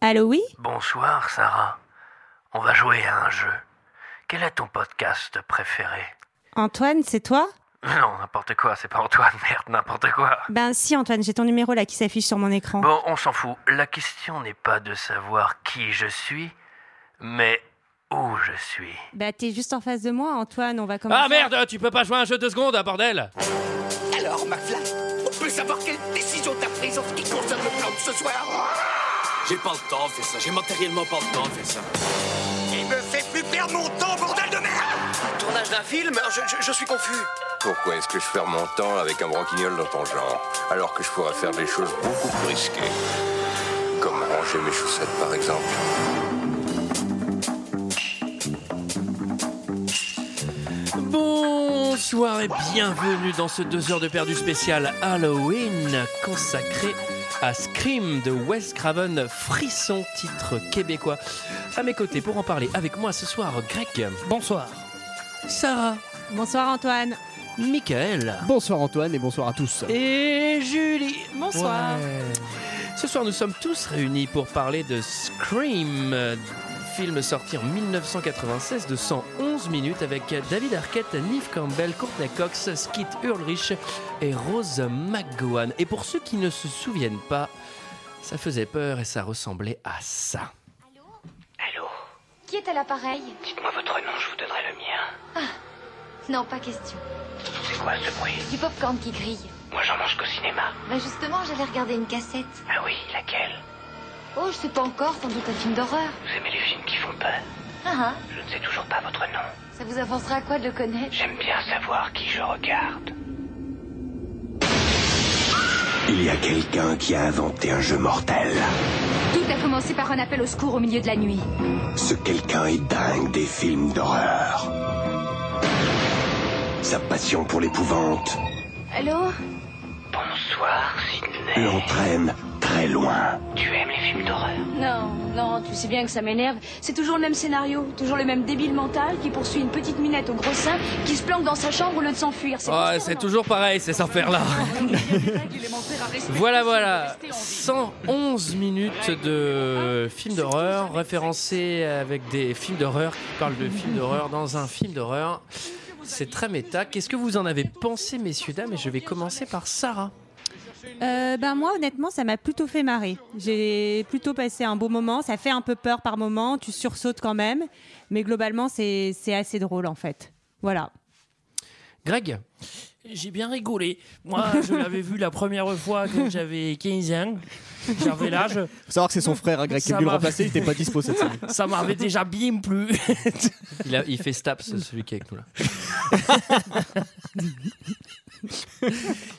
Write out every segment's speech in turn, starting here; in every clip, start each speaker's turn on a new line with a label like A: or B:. A: Allô, oui
B: Bonsoir, Sarah. On va jouer à un jeu. Quel est ton podcast préféré
A: Antoine, c'est toi
B: Non, n'importe quoi, c'est pas Antoine, merde, n'importe quoi.
A: Ben si, Antoine, j'ai ton numéro là qui s'affiche sur mon écran.
B: Bon, on s'en fout. La question n'est pas de savoir qui je suis, mais où je suis.
A: Bah, t'es juste en face de moi, Antoine, on va commencer.
C: Ah merde, tu peux pas jouer à un jeu de secondes, ah, bordel
D: Alors, McFly, on peut savoir quelle décision t'as prise en ce qui concerne le plan de ce soir
E: J'ai pas le temps de faire ça, j'ai matériellement pas le temps de faire ça.
D: Il me fait plus perdre mon temps, bordel de merde
F: Tournage d'un film Euh, je, je- je suis confus.
G: Pourquoi est-ce que je perds mon temps avec un branquignol dans ton genre Alors que je pourrais faire des choses beaucoup plus risquées. Comme ranger mes chaussettes par exemple.
C: Bonsoir et bienvenue dans ce 2 heures de perdu spécial Halloween consacré à Scream de Wes Craven, frisson titre québécois. À mes côtés pour en parler avec moi ce soir, Greg. Bonsoir. Sarah,
A: Bonsoir, Antoine.
C: Michael
H: Bonsoir Antoine et bonsoir à tous.
C: et Julie.
A: Bonsoir.
C: Ce soir, nous sommes tous réunis pour parler de Scream, euh, film sorti en 1996 de 111 minutes avec David Arquette, Neve Campbell, Courtney Cox, Skit Ulrich et Rose McGowan. Et pour ceux qui ne se souviennent pas, ça faisait peur et ça ressemblait à ça.
F: Allô
I: Qui est à l'appareil
F: Dites-moi votre nom, je vous donnerai le mien.
I: Ah, Non, pas question.
F: C'est quoi ce bruit
I: Du popcorn qui grille.
F: Moi, j'en mange qu'au cinéma.
I: Bah justement, j'allais regarder une cassette.
F: Ah oui, laquelle
I: Oh, je sais pas encore, sans doute un film d'horreur.
F: Vous aimez les films qui font peur
I: Ah ah,
F: Je ne sais toujours pas votre nom.
I: ça vous avancera à quoi de le connaître
F: J'aime bien savoir qui je regarde.
D: Il y a quelqu'un qui a inventé un jeu mortel.
I: Tout a commencé par un appel au secours au milieu de la nuit.
D: Ce quelqu'un est dingue des films d'horreur. Sa passion pour l'épouvante
I: Allô
F: Bonsoir, Sydney.
D: l'entraîne très loin.
F: Tu aimes les films d'horreur
J: Non, non, tu sais bien que ça m'énerve. C'est toujours le même scénario, toujours le même débile mental qui poursuit une petite minette au gros sein qui se planque dans sa chambre au lieu de s'enfuir. C'est
C: Ah, Ouais, c'est toujours pareil, ces affaires-là. Voilà, voilà. 111 minutes de films d'horreur référencés avec des films d'horreur qui parlent de films d'horreur dans un film d'horreur. C'est très méta. Qu'est-ce que vous en avez pensé, messieurs, dames Et je vais commencer par Sarah.
A: Euh, ben moi, honnêtement, ça m'a plutôt fait marrer. J'ai plutôt passé un beau moment. Ça fait un peu peur par moment, tu sursautes quand même. Mais globalement, c'est c'est assez drôle, en fait. Voilà.
C: Greg
K: J'ai bien rigolé. Moi, je l'avais vu la première fois quand j'avais 15 ans. J'avais l'âge.
H: Faut savoir que c'est son frère hein, Greg qui est
K: Ça
H: venu le
K: m'a-
H: remplacer, il était pas dispo cette semaine.
K: Ça m'avait déjà bien plu.
C: il, a- il fait Staps, celui qui est avec nous là.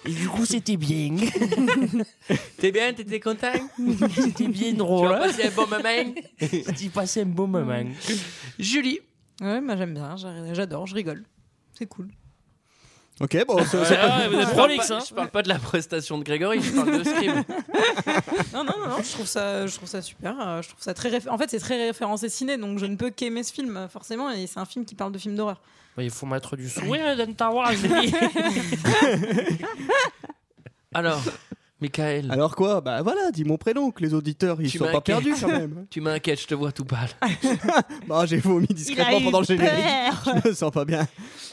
K: Et du coup, c'était bien.
C: T'es bien T'étais content
K: C'était bien drôle.
C: un bon moment
K: J'ai passé un bon moment.
C: Julie
J: Ouais, moi j'aime bien, j'adore, je rigole. C'est cool.
H: Ok, bon, c'est- c'est-
C: Ah,
K: vous êtes prolixe, hein.
C: Je parle pas de la prestation de Grégory, je parle de Scream.
J: Non, non, non, non, je trouve ça, je trouve ça super. euh, Je trouve ça très réfé- En fait, c'est très référencé ciné, donc je ne peux qu'aimer ce film, euh, forcément. Et c'est un film qui parle de films d'horreur.
K: Il faut mettre du sourire dans ta voix. Julie.
C: Alors, Michael,
H: alors quoi Bah voilà, dis mon prénom, que les auditeurs ils
C: Tu
H: sont pas
C: m'inquiètes.
H: perdus quand même.
C: tu m'inquiètes, je te vois tout pâle.
H: Bah j'ai vomi
A: Il a
H: discrètement
A: eu
H: pendant le générique.
A: peur.
H: Je me sens pas bien.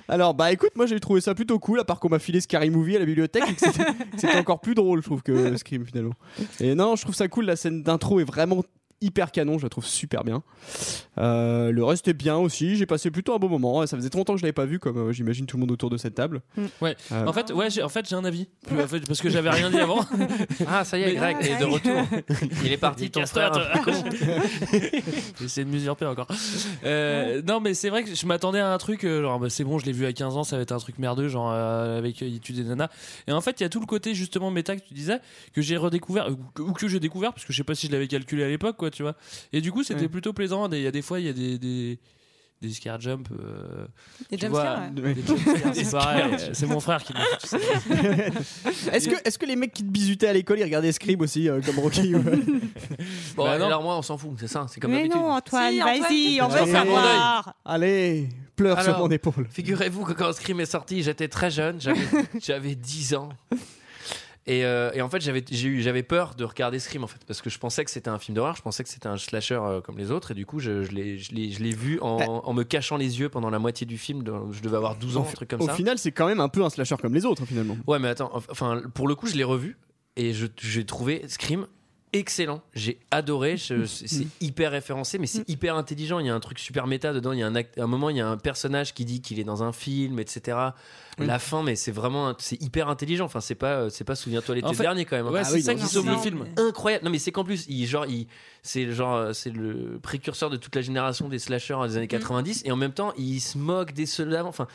H: Alors bah écoute, moi j'ai trouvé ça plutôt cool, à part qu'on m'a filé Scary Movie à la bibliothèque et que c'était- c'était encore plus drôle, je trouve, que Scream finalement. Et non, je trouve ça cool, la scène d'intro est vraiment hyper canon, je la trouve super bien. Euh, le reste est bien aussi, j'ai passé plutôt un bon moment, ça faisait trop longtemps que je l'avais pas vu, comme euh, j'imagine tout le monde autour de cette table.
K: Ouais.
H: Euh.
K: En fait, ouais, j'ai en fait, j'ai un avis. En fait, parce que j'avais rien dit avant.
C: Ah, ça y est, Greg est de retour. Il est parti, ton frère.
K: J'essaie de m'usurper encore. Euh, non, mais c'est vrai que je m'attendais à un truc, euh, genre, bah, c'est bon, je l'ai vu à 15 ans, ça va être un truc merdeux, genre, euh, avec euh, Il tue des nanas. Et en fait, il y a tout le côté, justement, méta que tu disais, que j'ai redécouvert, ou que- ou que j'ai découvert, parce que je sais pas si je l'avais calculé à l'époque, quoi, tu vois. Et du coup, c'était
H: Ouais.
K: plutôt plaisant. Des- Il y a des fois, il y a des. des des scare jump euh,
J: Et
K: tu
J: James
K: vois,
J: Carr, ouais.
K: des jumpscares, c'est pareil, euh, c'est mon frère qui m'a fait tout ça.
H: Est-ce que, est que les mecs qui te bisutaient à l'école, ils regardaient Scribe aussi, euh, comme Rocky ou-
C: Bon,
K: Bah non.
C: alors moi, on s'en fout, c'est ça, c'est comme
A: Mais
C: d'habitude.
A: non, Antoine,
J: Si, Antoine,
A: vas-y,
J: qu'est-ce
A: on
H: que
A: veut
H: tu fais
A: savoir.
H: Allez, pleure sur
C: Alors.
H: mon épaule.
C: Figurez-vous que quand Scream est sorti, j'étais très jeune, j'avais- j'avais 10 ans.
K: Et, euh, et en fait, j'avais j'ai eu- j'avais peur de regarder Scream, en fait, parce que je pensais que c'était un film d'horreur, je pensais que c'était un slasher euh, comme les autres, et du coup, je, je l'ai- je l'ai je l'ai vu en, en me cachant les yeux pendant la moitié du film. dans- Je devais avoir 12 ans, un truc comme
H: Au
K: ça.
H: final, c'est quand même un peu un slasher comme les autres, hein, finalement.
K: Ouais, mais attends, enf- enfin, pour le coup, je l'ai revu et je- j'ai trouvé Scream excellent. J'ai adoré. je- C'est c'est hyper référencé, mais
J: Mm.
K: c'est hyper intelligent. Il y a un truc super méta dedans. Il y a un, act- un moment, il y a un personnage qui dit qu'il est dans un film, etc. La fin, mais c'est vraiment, un- c'est hyper intelligent. Enfin, c'est pas, euh, c'est pas souviens-toi l'été
D: En fait,
K: dernier quand même. hein.
D: ouais, Ah c'est oui, ça non, qui sauve
K: C'est
D: le film.
K: Incroyable. Non, mais c'est qu'en plus, il, genre, il, c'est le genre, euh, c'est le précurseur de toute la génération des slashers des
J: Mm.
K: années 90, et en même temps, il se moque des soldats. Enfin.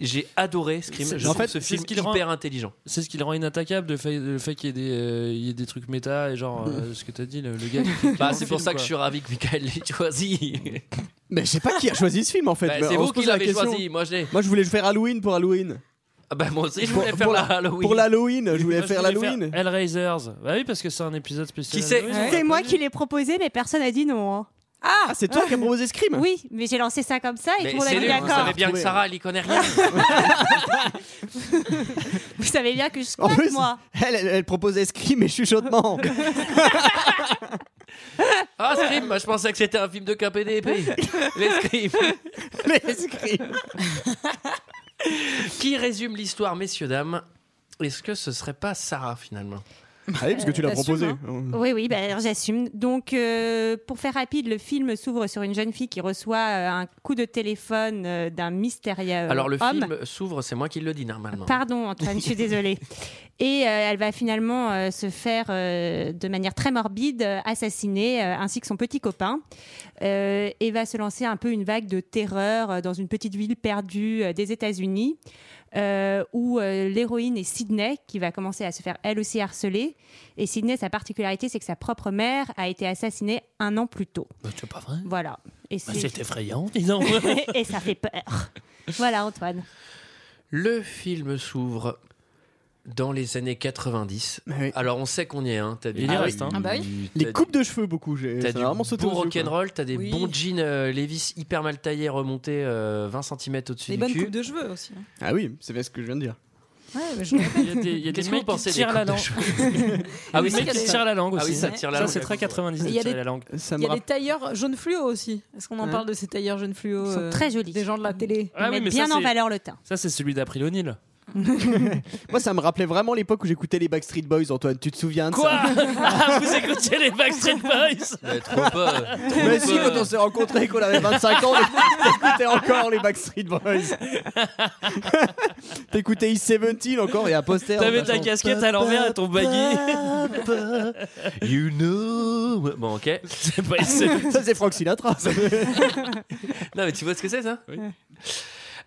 K: J'ai adoré Scream.
D: C'est-
K: Je
D: en
K: trouve
D: fait,
K: ce
D: c'est
K: film
D: ce qu'il
K: hyper
D: rend-
K: intelligent.
D: C'est ce qui le rend inattaquable, le fait, le fait qu'il y, ait des, euh, il y ait des trucs méta et genre euh, ce que t'as dit, le, le gars. qui- qui
K: Bah,
D: rend
K: c'est
D: le
K: pour
D: film,
K: ça que
D: quoi.
K: je suis ravi que Michael l'ait choisi.
H: Mais je sais pas qui a choisi ce film en fait.
K: Bah,
H: Mais
K: c'est
H: on
K: vous
H: se pose
K: qui
H: la
K: l'avez
H: question.
K: choisi, moi, je l'ai.
H: Moi je voulais faire Halloween pour Halloween.
K: Ah bah, moi aussi, je
H: Pour-
K: voulais faire
H: pour
K: la
H: la-
K: Halloween.
H: pour l'Halloween, je voulais
D: Moi,
H: faire l'Halloween.
D: Hellraisers. Bah oui, parce que c'est un épisode spécial.
K: Qui c'est-
D: Halloween.
A: C'est moi qui l'ai proposé, mais personne n'a dit non. hein.
J: Ah,
H: c'est toi qui as proposé Scream
A: Oui, mais j'ai lancé ça comme ça et
K: Mais
A: tout le monde a
K: c'est
A: dit
K: lui, vous savez
A: d'accord.
K: bien que Sarah, elle y connaît rien.
A: Vous savez bien que je
H: En
A: squatte,
H: plus,
A: moi.
H: elle, elle, elle proposait Scream et chuchotement.
K: Ah, Scream, moi, je pensais que c'était un film de KPDP. Les Scream.
H: Les Scream.
K: Qui résume l'histoire, messieurs, dames Est-ce que ce serait pas Sarah, finalement
H: Ah oui, parce que tu
J: Bah,
H: l'as proposé.
A: Oui, oui, bah, alors j'assume. Donc, euh, pour faire rapide, le film s'ouvre sur une jeune fille qui reçoit euh, un coup de téléphone euh, d'un mystérieux
K: Alors, le
A: homme.
K: film s'ouvre, c'est moi qui le dis normalement.
A: Pardon, Antoine, je suis désolée. Et euh, elle va finalement euh, se faire, euh, de manière très morbide, euh, assassiner, euh, ainsi que son petit copain, Euh, et va se lancer un peu une vague de terreur euh, dans une petite ville perdue euh, des États-Unis, euh, où euh, l'héroïne est Sydney, qui va commencer à se faire elle aussi harceler. Et Sydney, sa particularité, c'est que sa propre mère a été assassinée un an plus tôt.
K: Bah,
D: c'est pas vrai.
A: Voilà. Et
D: Bah,
A: c'est-
D: c'est effrayant, dis donc.
A: et ça fait peur. Voilà, Antoine.
K: Le film s'ouvre dans les années 90. Alors on sait qu'on y est, hein. T'as
H: Il y
K: t'as
H: reste, hein.
K: du-
H: Ah bah
K: oui.
H: Les coupes de cheveux, beaucoup. J'ai
K: T'as
H: ça
K: du
H: m'a vraiment sauté
K: bon
H: aux yeux, quoi.
K: rock'n'roll, t'as des
H: Oui.
K: bons jeans euh, Levi's hyper mal taillés remontés euh, 20 cm au-dessus
J: Des
K: du
J: bonnes
K: cul.
J: coupes de cheveux aussi. hein.
H: Ah oui, c'est bien ce que je viens de dire.
J: Ouais, mais je
D: Il y a des, il y a des
K: Qu'est-ce que vous
D: mecs
K: pensez
D: qui
K: des
D: tirent la
K: coupes de
D: langue.
K: cheveux
D: Ah
K: Ah
D: oui,
K: oui,
D: des mecs
K: ça
D: qui
K: tire-
D: tirent la langue
K: ah
D: aussi.
K: oui, ça tire la langue.
D: c'est très 90
J: Et
D: de
J: il y a
D: tirer
J: des-
D: la langue.
J: Il y a des tailleurs jaunes fluo aussi. Est-ce qu'on en
D: Hein
J: parle de ces tailleurs jaunes fluo
A: Ils sont
J: euh,
A: très jolis.
J: Des gens de la télé.
D: Ah oui, mais ça, c'est-
A: le teint.
D: Ça, c'est celui d'April O'Neil.
H: Moi, ça me rappelait vraiment l'époque où j'écoutais les Backstreet Boys, Antoine. Tu te souviens de
D: Quoi
H: ça
D: Ah, Vous écoutez les Backstreet Boys
K: Mais euh, trop pas.
H: Mais si, quand on s'est rencontrés, qu'on avait 25 ans, on écoutait encore les Backstreet Boys. T'écoutais East 17 encore et à poster.
D: T'avais ta casquette à l'envers et ton baggy.
K: You know. Bon, ok.
D: C'est pas
H: Ça, c'est Frank Sinatra. ça.
K: Non, mais tu vois ce que c'est, ça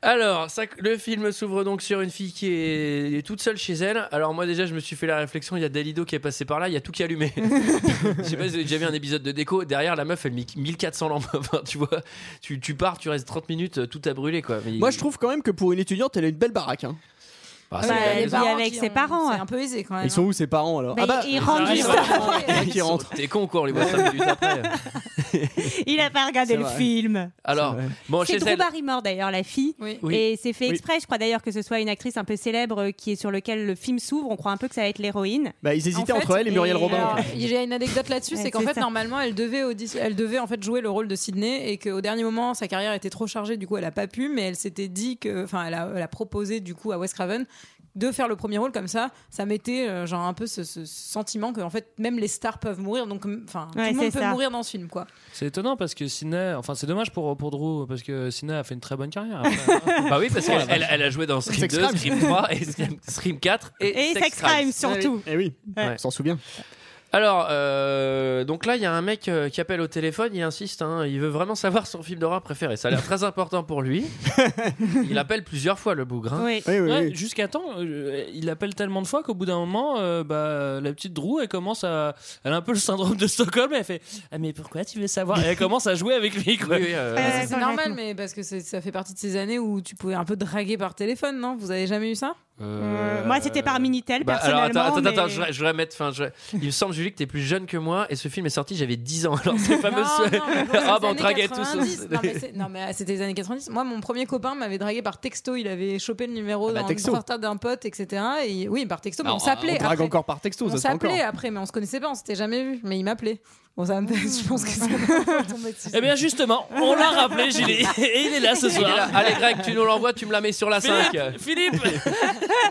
K: Alors, ça- le film s'ouvre donc sur une fille qui est, est toute seule chez elle. Alors, moi, déjà, je me suis fait la réflexion il y a Dalido qui est passé par là, il y a tout qui est allumé. je sais pas si vous avez déjà vu un épisode de déco. Derrière, la meuf, elle met 1400 lampes. Enfin, tu vois, tu, tu pars, tu restes 30 minutes, euh, tout a brûlé, quoi. Mais-
H: Moi, je trouve quand même que pour une étudiante, elle a une belle baraque. hein.
K: Bah,
A: Bah,
K: c'est
A: elle
K: la-
A: vit avec ses parents. hein. C'est un
J: peu aisé quand même. hein.
H: Ils sont où ses parents alors
A: Bah, il- il rentre
K: Ah, ils
A: juste
K: rentrent.
A: après.
H: Ah, qui
K: Ils sont-
H: rentre.
K: T'es con, quoi, on les voit 5 minutes après.
A: Il a pas regardé
K: C'est
A: le
K: vrai.
A: film.
K: Alors, bon,
A: c'est
K: chez
A: Drew
K: elle.
A: Barrymore d'ailleurs, la fille.
K: Oui.
A: Et c'est fait
K: Oui.
A: exprès. Je crois d'ailleurs que ce soit une actrice un peu célèbre euh, qui est sur lequel le film s'ouvre. On croit un peu que ça va être l'héroïne.
H: Bah, ils hésitaient entre elle et Muriel Robin.
J: Alors, il y a une anecdote là-dessus,
A: Ouais,
J: c'est qu'en
A: c'est
J: fait
A: ça.
J: normalement elle devait audi- elle devait en fait jouer le rôle de Sydney et qu'au dernier moment sa carrière était trop chargée, du coup elle a pas pu, mais elle s'était dit que, enfin elle a, elle a proposé du coup à Wes Craven de faire le premier rôle comme ça, ça mettait euh, genre un peu ce, ce sentiment que en fait même les stars peuvent mourir, donc enfin
A: Ouais,
J: tout le monde
A: c'est
J: peut
A: ça.
J: mourir dans ce film quoi.
D: C'est étonnant parce que Sina, enfin c'est dommage pour, pour Drew parce que Sina a fait une très bonne carrière. après.
K: Bah oui, parce
D: Oh, la
K: qu'elle elle- elle a joué dans Scream
D: Sex
K: 2,
D: Crimes.
K: Scream 3, et Scream- Scream 4 et,
A: Et Sex Crimes, surtout.
H: Eh oui,
K: Ouais.
H: on s'en souvient.
K: Alors, euh, donc là, il y a un mec euh, qui appelle au téléphone, il insiste, hein, il veut vraiment savoir son film d'horreur préféré. Ça a l'air très important pour lui. Il appelle plusieurs fois le bougre. hein.
D: Ouais, Jusqu'à temps, euh, il appelle tellement de fois qu'au bout d'un moment, euh, bah, la petite Drew, elle commence à. Elle a un peu le syndrome de Stockholm, elle fait Ah, mais pourquoi tu veux savoir Et elle commence à jouer avec lui, quoi.
K: Oui, oui, euh,
J: Ah, ça, c'est normal, mais parce que c'est- ça fait partie de ces années où tu pouvais un peu draguer par téléphone, non Vous avez jamais eu ça
A: Euh, moi, c'était par Minitel,
K: Bah, alors,
A: personnellement.
K: attends, attends,
A: mais-
K: attends, je voudrais- je voudrais mettre. Enfin, je- Il me semble, Julie, que t'es plus jeune que moi et ce film est sorti, j'avais 10 ans. Alors, ces fameux. ah, bah, on draguait tous.
J: Non, mais c'est- non, mais euh, c'était les années 90. Moi, mon premier copain m'avait dragué par texto. Il avait chopé le numéro
H: bah,
J: dans
H: texto.
J: le portable d'un pote, etc. Et, oui, par texto. mais
H: Alors,
J: on s'appelait.
H: drague
J: après.
H: encore par texto,
J: On
H: ça se fait encore.
J: s'appelait après, mais on se connaissait pas, on s'était jamais vu. Mais il m'appelait. Bon, ça me fait- je pense que ça va tomber dessus.
D: Eh bien, justement, on l'a rappelé, Gilles. Et il est là ce
K: Il est là.
D: soir.
K: Allez, Greg, tu nous l'envoies, tu me la mets sur la 5.
D: Philippe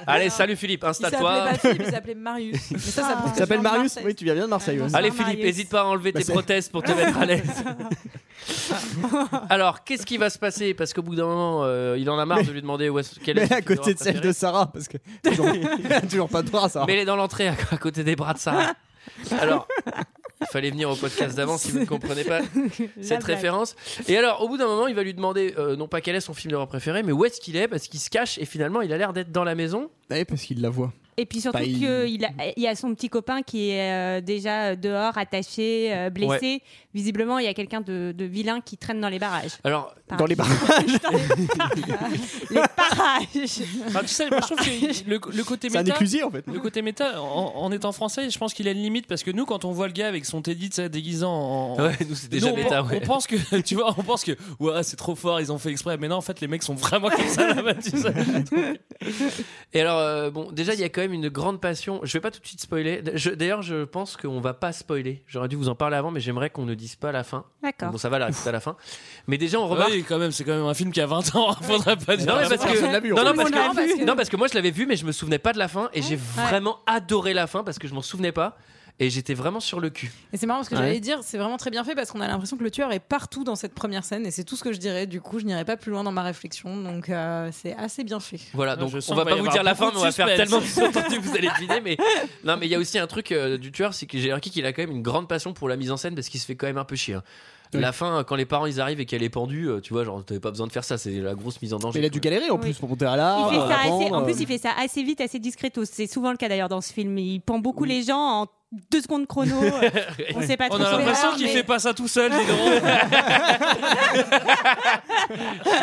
K: Allez, salut Philippe,
J: Il s'appelait
K: installe-toi.
J: pas Philippe, il s'appelait Marius. Mais ça, ça
H: Il
J: prouve que je suis
H: s'appelle
J: en
H: Marius Oui, tu viens bien de Marseille. ouais.
K: Allez Philippe, n'hésite pas à enlever
H: Bah,
K: tes
H: c'est-
K: prothèses pour te mettre à l'aise. Alors, qu'est-ce qui va se passer Parce qu'au bout d'un moment, euh, il en a marre de lui demander où est quelle est
H: Mais
K: son
H: à
K: film
H: côté de
K: d'horreur
H: celle de Sarah, parce que toujours, elle a toujours pas de bras, Sarah.
K: préférée. Mais elle est dans l'entrée, hein, à, à côté des bras de Sarah. Alors, il fallait venir au podcast d'avant si vous ne comprenez pas cette
D: blague.
K: référence. Et alors, au bout d'un moment, il va lui demander, euh, non pas quel est son film d'horreur préféré, mais où est-ce qu'il est Parce qu'il se cache et finalement, il a l'air d'être dans la maison.
H: Oui, Eh, parce qu'il la voit.
A: Et puis surtout
K: Bah, il-
A: qu'il il... a- il y a son petit copain qui est euh, déjà dehors, attaché, euh, blessé.
K: Ouais.
A: Visiblement, il y a quelqu'un de, de vilain qui traîne dans les barrages.
K: Alors,
A: Dans
H: les
K: barrages
A: les barrages
D: Enfin, tu sais, moi, je trouve que le, le côté
H: C'est un
D: méta.
H: éclusier, en fait.
D: Le côté méta, en, en étant français, je pense qu'il a une limite parce que nous, quand on voit le gars avec son Teddy tu sais, déguisant en.
K: Ouais, nous, c'est déjà
D: on,
K: méta,
D: pen-
K: ouais.
D: on pense que, tu vois, on pense que, ouais, c'est trop fort, ils ont fait exprès. Mais non, en fait, les mecs sont vraiment comme ça là-bas, tu sais.
K: Et alors, euh, bon, déjà, il y a quand même une grande passion. Je vais pas tout de suite spoiler. Je- D'ailleurs, je pense qu'on va pas spoiler. J'aurais dû vous en parler avant, mais j'aimerais qu'on ne dise pas la fin.
A: D'accord.
K: Bon, ça va, la c'est à la fin. Mais déjà, on remarque.
D: Oui, quand même, c'est quand même un film qui a 20 ans, faudrait pas dire.
K: Non, mais
D: la
K: parce
D: fin.
K: que, non, non, parce que-
D: parce que-
K: non, parce que moi je l'avais vu, mais je me souvenais pas de la fin et j'ai vraiment adoré la fin parce que je m'en souvenais pas et j'étais vraiment sur le cul.
J: Et c'est marrant parce que
K: Ouais.
J: j'allais dire, c'est vraiment très bien fait parce qu'on a l'impression que le tueur est partout dans cette première scène et c'est tout ce que je dirais. Du coup, je n'irai pas plus loin dans ma réflexion, donc euh, c'est assez bien fait.
K: Voilà, donc
D: je sens
K: on va
D: qu'il va
K: pas
D: y
K: vous
D: avoir
K: dire la fin,
D: beaucoup
K: mais on
D: de
K: va faire
D: suspense.
K: tellement de sous-entendus que vous allez deviner. Mais non, mais il y a aussi un truc euh, du tueur, c'est que j'ai remarqué qu'il a quand même une grande passion pour la mise en scène parce qu'il se fait quand même un peu chier. hein. La fin, euh, quand les parents ils arrivent et qu'elle est pendue, euh, tu vois, genre t'avais pas besoin de faire ça, c'est la grosse mise en danger.
H: Mais il a dû galérer en plus pour monter à l'arbre.
A: Il fait ça
H: à la
A: assez-
H: bande,
A: en plus,
H: euh.
A: il fait ça assez vite, assez discreto. C'est souvent le cas d'ailleurs dans ce film. Il pend beaucoup les gens en deux secondes chrono. Euh, on sait pas trop.
D: On a
A: son
D: l'impression
A: erreur,
D: qu'il
A: Ah, mais-
D: fait pas ça tout seul, dis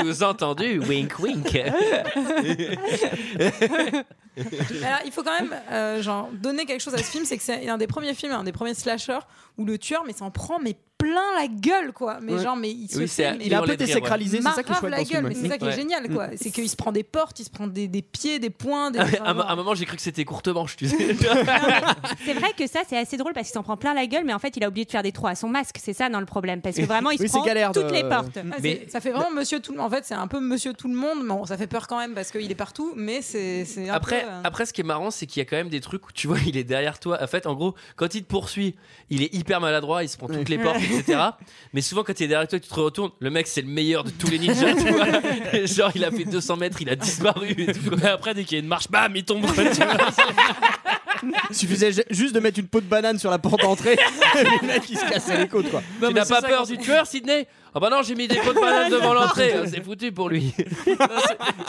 D: donc.
K: Sous-entendu, wink wink.
J: Alors, il faut quand même euh, genre, donner quelque chose à ce film, c'est que c'est un des premiers films, un des premiers slashers où le tueur, mais s'en prend mais plein la gueule, quoi. Mais
K: Ouais.
J: genre, mais il se
K: Oui, c'est-
J: fait, mais-
K: il est en lettré, ouais.
J: Marrave la gueule, mais c'est ça qui est
K: Ouais.
J: génial, quoi. C'est qu'il se prend des portes, il se prend des, des pieds, des poings, des.
K: Ah, mais à, un- à un moment, j'ai cru que c'était courte manche, tu sais.
A: C'est vrai que ça, c'est assez drôle parce qu'il s'en prend plein la gueule, mais en fait, il a oublié de faire des trous à son masque. C'est ça dans le problème. Parce que vraiment, il se
J: Oui, c'est
A: prend
J: galère de-
A: toutes les portes.
J: Ah, c'est- ça fait vraiment monsieur tout le monde. En fait, c'est un peu monsieur tout le monde. mais Bon, ça fait peur quand même parce qu'il est partout, mais c'est. c'est un
K: Après,
J: peu, euh,
K: après, ce qui est marrant, c'est qu'il y a quand même des trucs où tu vois, il est derrière toi. En fait, en gros, quand il te poursuit, il est hyper maladroit, il se prend toutes les
D: Ouais.
K: portes, etc. Mais souvent, quand il est derrière toi, tu te retournes. Le mec, c'est le meilleur de tous les ninjas, tu vois. Genre, il a fait 200 mètres, il a disparu et tout.
D: Mais après, dès qu'il y a une marche, bam, il tombe. quoi, tu vois.
H: Suffisait ju- juste de mettre une peau de banane sur la porte d'entrée. le mec, il se cassait les côtes, quoi.
K: tu n'as pas peur du tueur, Sydney Ah bah non, j'ai mis des pots de banane devant l'entrée. hein, C'est foutu pour lui.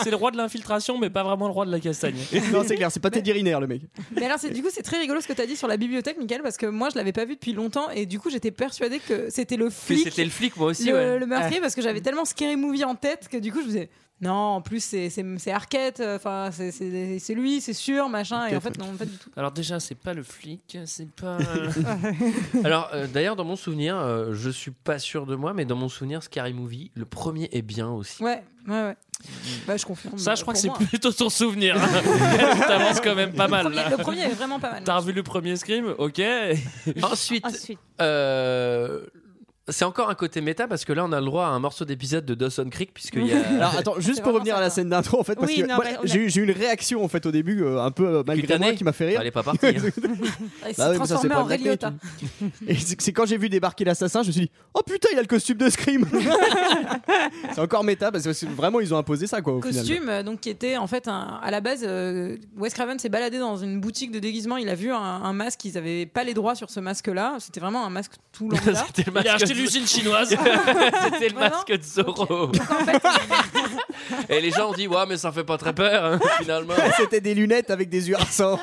D: C'est le roi de l'infiltration, mais pas vraiment le roi de la castagne.
H: Non, c'est clair, c'est pas Teddy Riner, le mec.
J: Mais alors, c'est du coup, c'est très rigolo ce que tu as dit sur la bibliothèque, Michael, parce que moi, je l'avais pas vu depuis longtemps, et du coup, j'étais persuadée que c'était le
K: Mais
J: flic,
K: C'était le flic, moi aussi.
J: le,
K: ouais.
J: le
D: Ah.
J: meurtrier, parce que j'avais tellement Scary Movie en tête que du coup, je me disais. Non, en plus c'est- c'est c'est Arquette, euh, enfin c'est- c'est c'est lui, c'est sûr, machin. Et en fait, non, pas du tout.
D: Alors déjà, c'est pas le flic, c'est
K: euh,
D: pas.
K: Alors, euh, d'ailleurs, dans mon souvenir, euh, je suis pas sûr de moi, mais dans mon souvenir, Scary Movie, le premier est bien aussi.
J: Ouais, ouais, ouais. Bah, je confirme.
D: Ça, je crois que
J: pour
D: c'est
J: moi.
D: plutôt ton souvenir. hein. Tu T'avances quand même pas mal.
J: Le premier-
D: là.
J: le premier est vraiment pas mal.
D: T'as revu le premier Scream, ok.
K: Ensuite, euh, c'est encore un côté méta parce que là, on a le droit à un morceau d'épisode de Dawson Creek puisqu'il y a.
H: Alors attends, juste pour revenir à la scène d'intro en fait, parce
K: Oui,
H: que
K: non,
H: moi,
K: mais on a-
H: j'ai eu- j'ai eu une réaction en fait au début euh, un peu euh, malgré moi
K: Cutanée.
H: qui m'a fait rire.
K: Elle est pas partie. hein.
J: Il s'est
H: Bah oui, mais ça, c'est
J: transformé
H: pas
J: en hein. Ray
H: vrai,
J: Liotta.
H: Et c'est c'est quand j'ai vu débarquer l'assassin, je me suis dit oh putain il a le costume de Scream. c'est encore méta parce que c'est- vraiment ils ont imposé ça quoi au final.
J: costume euh, donc qui était en fait un- à la base euh, Wes Craven s'est baladé dans une boutique de déguisement il a vu un, un masque ils avaient pas les droits sur ce masque là c'était vraiment un masque tout lambda
K: C'était le masque
D: Il a acheté
K: de-
D: l'usine chinoise.
K: C'était le masque de Zorro. Et les gens ont dit ouais, mais ça fait pas très peur hein, finalement.
H: C'était des lunettes avec des yeux absents.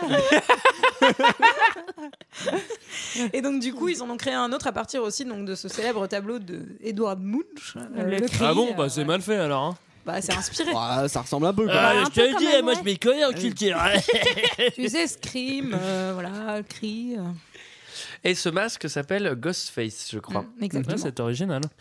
J: et donc du coup ils en ont créé un autre à partir aussi donc de ce célèbre tableau de Edward Munch euh,
D: ah
J: cri,
D: bon,
J: euh,
K: bah,
D: bah c'est mal fait alors. hein.
J: Bah, c'est inspiré.
H: Ah, ça ressemble un peu. Quoi.
J: Ah, je Un te peu le quand dis, même, moi, ouais.
D: je m'y connais en culture.
J: Euh, tu sais, Scream, euh, voilà, Cri. euh.
K: Et ce masque s'appelle Ghostface, je crois.
J: Mm, exactement.
K: Ouais, c'est original.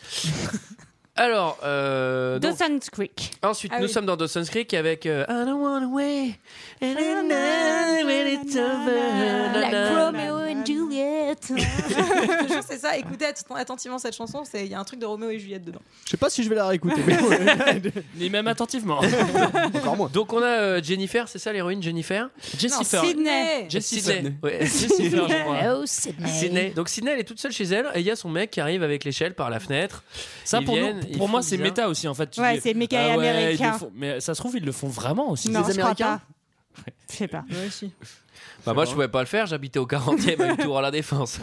K: Alors, euh, donc,
A: Dawson's Creek.
K: ensuite,
A: Ah
K: nous
A: oui.
K: sommes dans Dawson's Creek avec euh, I don't wanna wait. And I know when it's over. Na,
J: Like
K: na, na.
J: Romeo and Juliet. Je te jure, c'est ça. Écoutez att- attentivement cette chanson. c'est- Il y a un truc de Romeo et Juliette dedans.
H: Je sais pas si je vais la réécouter. mais-
K: Ni même attentivement. Donc on a euh, Jennifer, c'est ça l'héroïne Jennifer
D: Jessifer.
J: Sydney.
K: Jessifer.
D: Sydney.
K: Ouais, Jessifer, je crois.
D: Hello,
J: Sydney.
K: Sydney. Donc Sydney, elle est toute seule chez elle et il y a son mec qui arrive avec l'échelle par la fenêtre.
D: Ça,
K: Ils
D: pour, nous-
K: viennent, ils
D: pour moi,
K: font
D: c'est
K: bizarre.
D: méta aussi, en fait. Tu
A: Ouais,
D: dis,
A: c'est méca
D: ah ouais,
A: américain.
D: ils le font. Mais ça se trouve, ils le font vraiment aussi.
A: Non, je crois pas. Je sais pas.
K: Bah, moi, je pouvais pas le faire, j'habitais au 40e avec Tour à la Défense.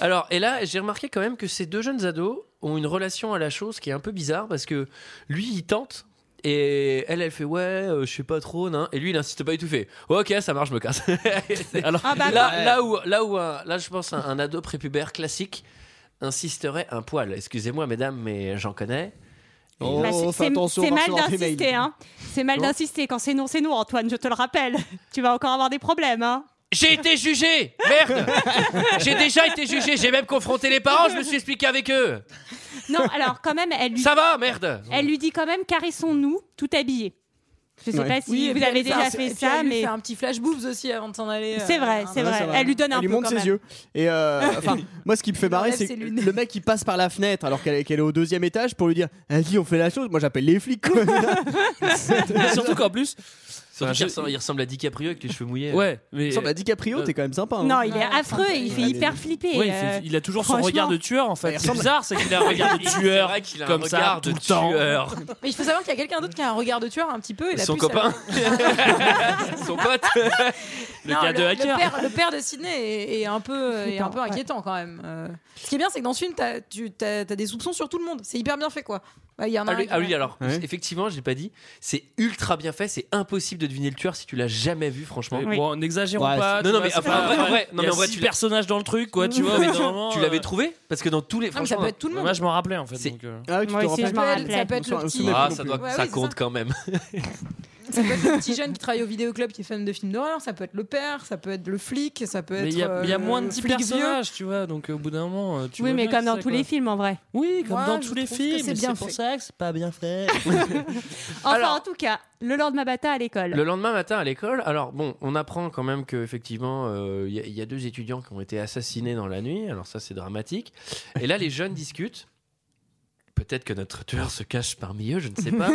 K: Alors, et là, j'ai remarqué quand même que ces deux jeunes ados ont une relation à la chose qui est un peu bizarre parce que lui, il tente. Et elle, elle fait ouais, euh, je sais pas trop, nan. Et lui, il insiste pas du tout, il fait ok, ça marche, je me casse. C'est-
D: Alors,
A: Ah bah,
K: là, là où, là où, un- là, je pense un, un ado prépubère classique insisterait un poil. Excusez-moi, mesdames, mais j'en connais. Et
H: Oh,
A: Bah, c'est-
H: fais
A: c'est
H: attention,
A: c'est mal
H: Marcel Orpheus.
A: d'insister, hein. C'est mal
K: Comment
A: d'insister. Quand c'est non, c'est non, Antoine, je te le rappelle. Tu vas encore avoir des problèmes, hein.
K: J'ai été jugé Merde J'ai déjà été jugé, j'ai même confronté les parents, je me suis expliqué avec eux
A: Non, alors quand même, elle lui,
K: Ça va, merde
A: elle lui dit quand même caressons-nous, tout habillés. Je sais
H: Ouais.
A: pas si
J: Oui, et
A: vous
J: puis
A: avez
J: elle
A: déjà
J: fait un- et
A: fait
J: puis
A: ça,
J: elle lui
A: mais
J: fait un petit flash boobs aussi avant de s'en aller. euh,
A: c'est ah, vrai, c'est
J: un-
A: vrai. Elle lui donne un
H: Elle lui
A: peu
H: montre
A: quand
H: ses
A: même.
H: yeux. Et euh, enfin, moi, ce qui me fait marrer,
J: enlève
H: c'est
J: ses
H: que
J: lunettes.
H: le mec qui passe par la fenêtre alors qu'elle qu'elle est au deuxième étage pour lui dire Vas-y, on fait la chose. Moi, j'appelle les flics. quoi.
D: Mais surtout qu'en plus.
K: Surtout
D: Enfin,
K: qu'il
D: je-
K: ressemble, il ressemble à DiCaprio avec les cheveux mouillés.
D: Ouais, mais.
H: Il semble à DiCaprio,
J: Euh,
H: t'es quand même sympa. hein.
A: Non, il
J: Ouais,
A: Ah, est affreux,
J: sympa.
A: il fait
H: Ouais,
A: hyper
H: les-
A: flipper.
D: Ouais, il fait-
A: euh,
D: il a toujours son
A: franchement.
D: regard de tueur en
H: Il
D: fait. C'est
H: ressemble-
D: bizarre, c'est qu'il a un regard de
K: C'est
D: tueur.
K: vrai qu'il a
D: Comme
K: un
D: ça,
K: regard
D: tout
K: de
D: le temps.
K: tueur.
J: Mais il faut savoir qu'il y a quelqu'un d'autre qui a un regard de tueur un petit peu. Et la
K: Son
J: puce, elle-
K: copain Son pote
D: Le
J: Non,
D: gars de hacker.
J: père, le père de Sydney est, est un peu, est un peu
A: ouais.
J: inquiétant quand même. Euh, ce qui est bien, c'est que dans ce film, t'as, tu as, des soupçons sur tout le monde. C'est hyper bien fait quoi. Bah, il y en a
K: Ah
J: un
K: oui,
J: qui-
K: ah oui, alors,
H: Ouais.
K: effectivement, je l'ai pas dit, c'est ultra bien fait, c'est impossible de deviner le tueur si tu l'as jamais vu, franchement.
A: Oui.
D: Bon, n'exagérons
H: Ouais,
D: pas.
K: c'est- Non, non, mais enfin, en vrai- en vrai, non,
D: non,
K: mais en vrai, tu
D: tu
K: l'as-
D: personnages dans le truc, quoi, tu vois.
K: Non, mais
D: mais
K: tu-
D: normalement,
K: tu
D: euh,
K: l'avais trouvé Parce que dans tous les.
J: Non, Ah, mais ça
K: Franchement,
J: peut être tout le monde.
D: Moi, je m'en rappelais en fait.
K: C'est-
D: donc, euh,
H: Ah oui, tu
A: Moi
H: te
A: aussi,
H: rappelles
A: je m'en
J: Ça peut
A: rappelais.
J: être- ça peut être
H: On s'en-
J: le
H: on s'en
J: petit.
H: est
K: Ah,
H: non
K: ça,
H: plus.
K: doit-
J: Ouais,
K: ça
J: oui, c'est
K: compte
J: ça.
K: quand même.
D: Ah.
J: Ça peut être le petit jeune qui travaille au vidéoclub qui est fan de films d'horreur, ça peut être le père, ça peut être le flic, ça peut être.
D: Mais il y, a-
J: euh,
D: il y a moins de
J: le
D: 10
J: flic vieux.
D: personnages, tu vois, donc au bout d'un moment, euh, tu
A: Oui,
D: vois
A: mais
D: bien
A: comme
D: qui
A: dans
D: c'est,
A: tous
D: quoi.
A: les films en vrai.
D: Oui, comme
J: Moi,
D: dans
J: je
D: tous les
J: trouve que
D: films,
J: c'est
D: mais
J: bien
D: c'est pour
J: fait.
D: ça que c'est pas bien fait.
A: Enfin, en tout cas, le Lord Mabata à l'école.
K: Le lendemain matin à l'école, alors bon, on apprend quand même qu'effectivement, il y, a- y a deux étudiants qui ont été assassinés dans la nuit. Alors ça, c'est dramatique. Et là, les jeunes discutent. Peut-être que notre tueur se cache parmi eux, je ne sais pas.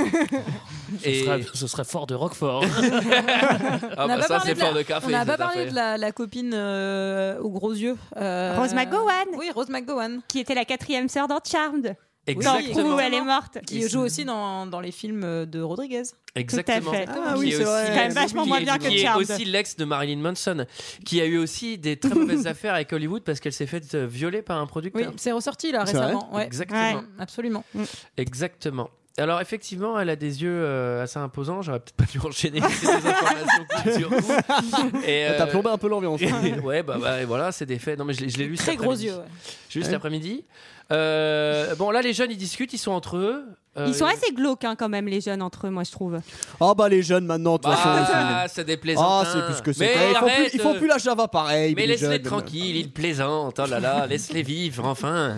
D: Ce,
K: Et-
D: serait, ce serait fort de Roquefort.
K: Ah, bah,
J: pas
K: ça,
J: parlé
K: c'est
J: de la-
K: fort de café.
J: On n'a
K: tout à
J: pas parlé
K: fait.
J: de la, la copine euh, aux gros yeux. euh,
A: Rose McGowan.
J: Oui, Rose McGowan.
A: Qui était la quatrième sœur dans Charmed, dans
J: Exactement.
A: Crew où elle est morte.
J: Qui joue aussi dans, dans les films de Rodriguez.
K: Exactement.
A: Tout à fait.
H: Ah
K: Qui
H: oui,
K: est
H: c'est
K: aussi-
H: vrai.
A: C'est quand même vachement
K: qui
A: moins
K: est-
A: bien que
K: qui est
A: Charmed.
K: aussi l'ex de Marilyn Manson, qui a eu aussi des très mauvaises affaires avec Hollywood parce qu'elle s'est faite euh, violer par un
J: Oui,
K: producteur.
J: c'est ressorti là
H: C'est vrai
J: récemment. Ouais.
K: Exactement.
A: Ouais.
J: Absolument.
K: Exactement. Alors effectivement, elle a des yeux euh, assez imposants. J'aurais peut-être pas dû enchaîner ces deux informations sur coup. Et, euh,
H: Bah, T'as plombé un peu l'ambiance.
K: ouais, bah, bah, et voilà, c'est des faits. Non, mais je l'ai je l'ai lu. cet
J: Très gros
K: après-midi.
J: yeux. ouais.
K: Juste
H: Ouais.
K: l'après-midi. Euh, bon, là, les jeunes, ils discutent, ils sont entre eux. Euh,
A: Ils sont assez glauques hein, quand même, les jeunes entre eux, moi je trouve.
H: Ah bah les jeunes maintenant, de toute façon. ils sont-
K: Bah, c'est des plaisantins.
H: Ah, c'est plus que
K: Mais
H: c'est. Ils font plus-
K: arrête, euh,
H: Ils font plus la Java pareil.
K: Mais
H: les
K: laisse-les
H: jeunes.
K: tranquilles, ils plaisantent. Oh là là, laisse-les vivre, enfin.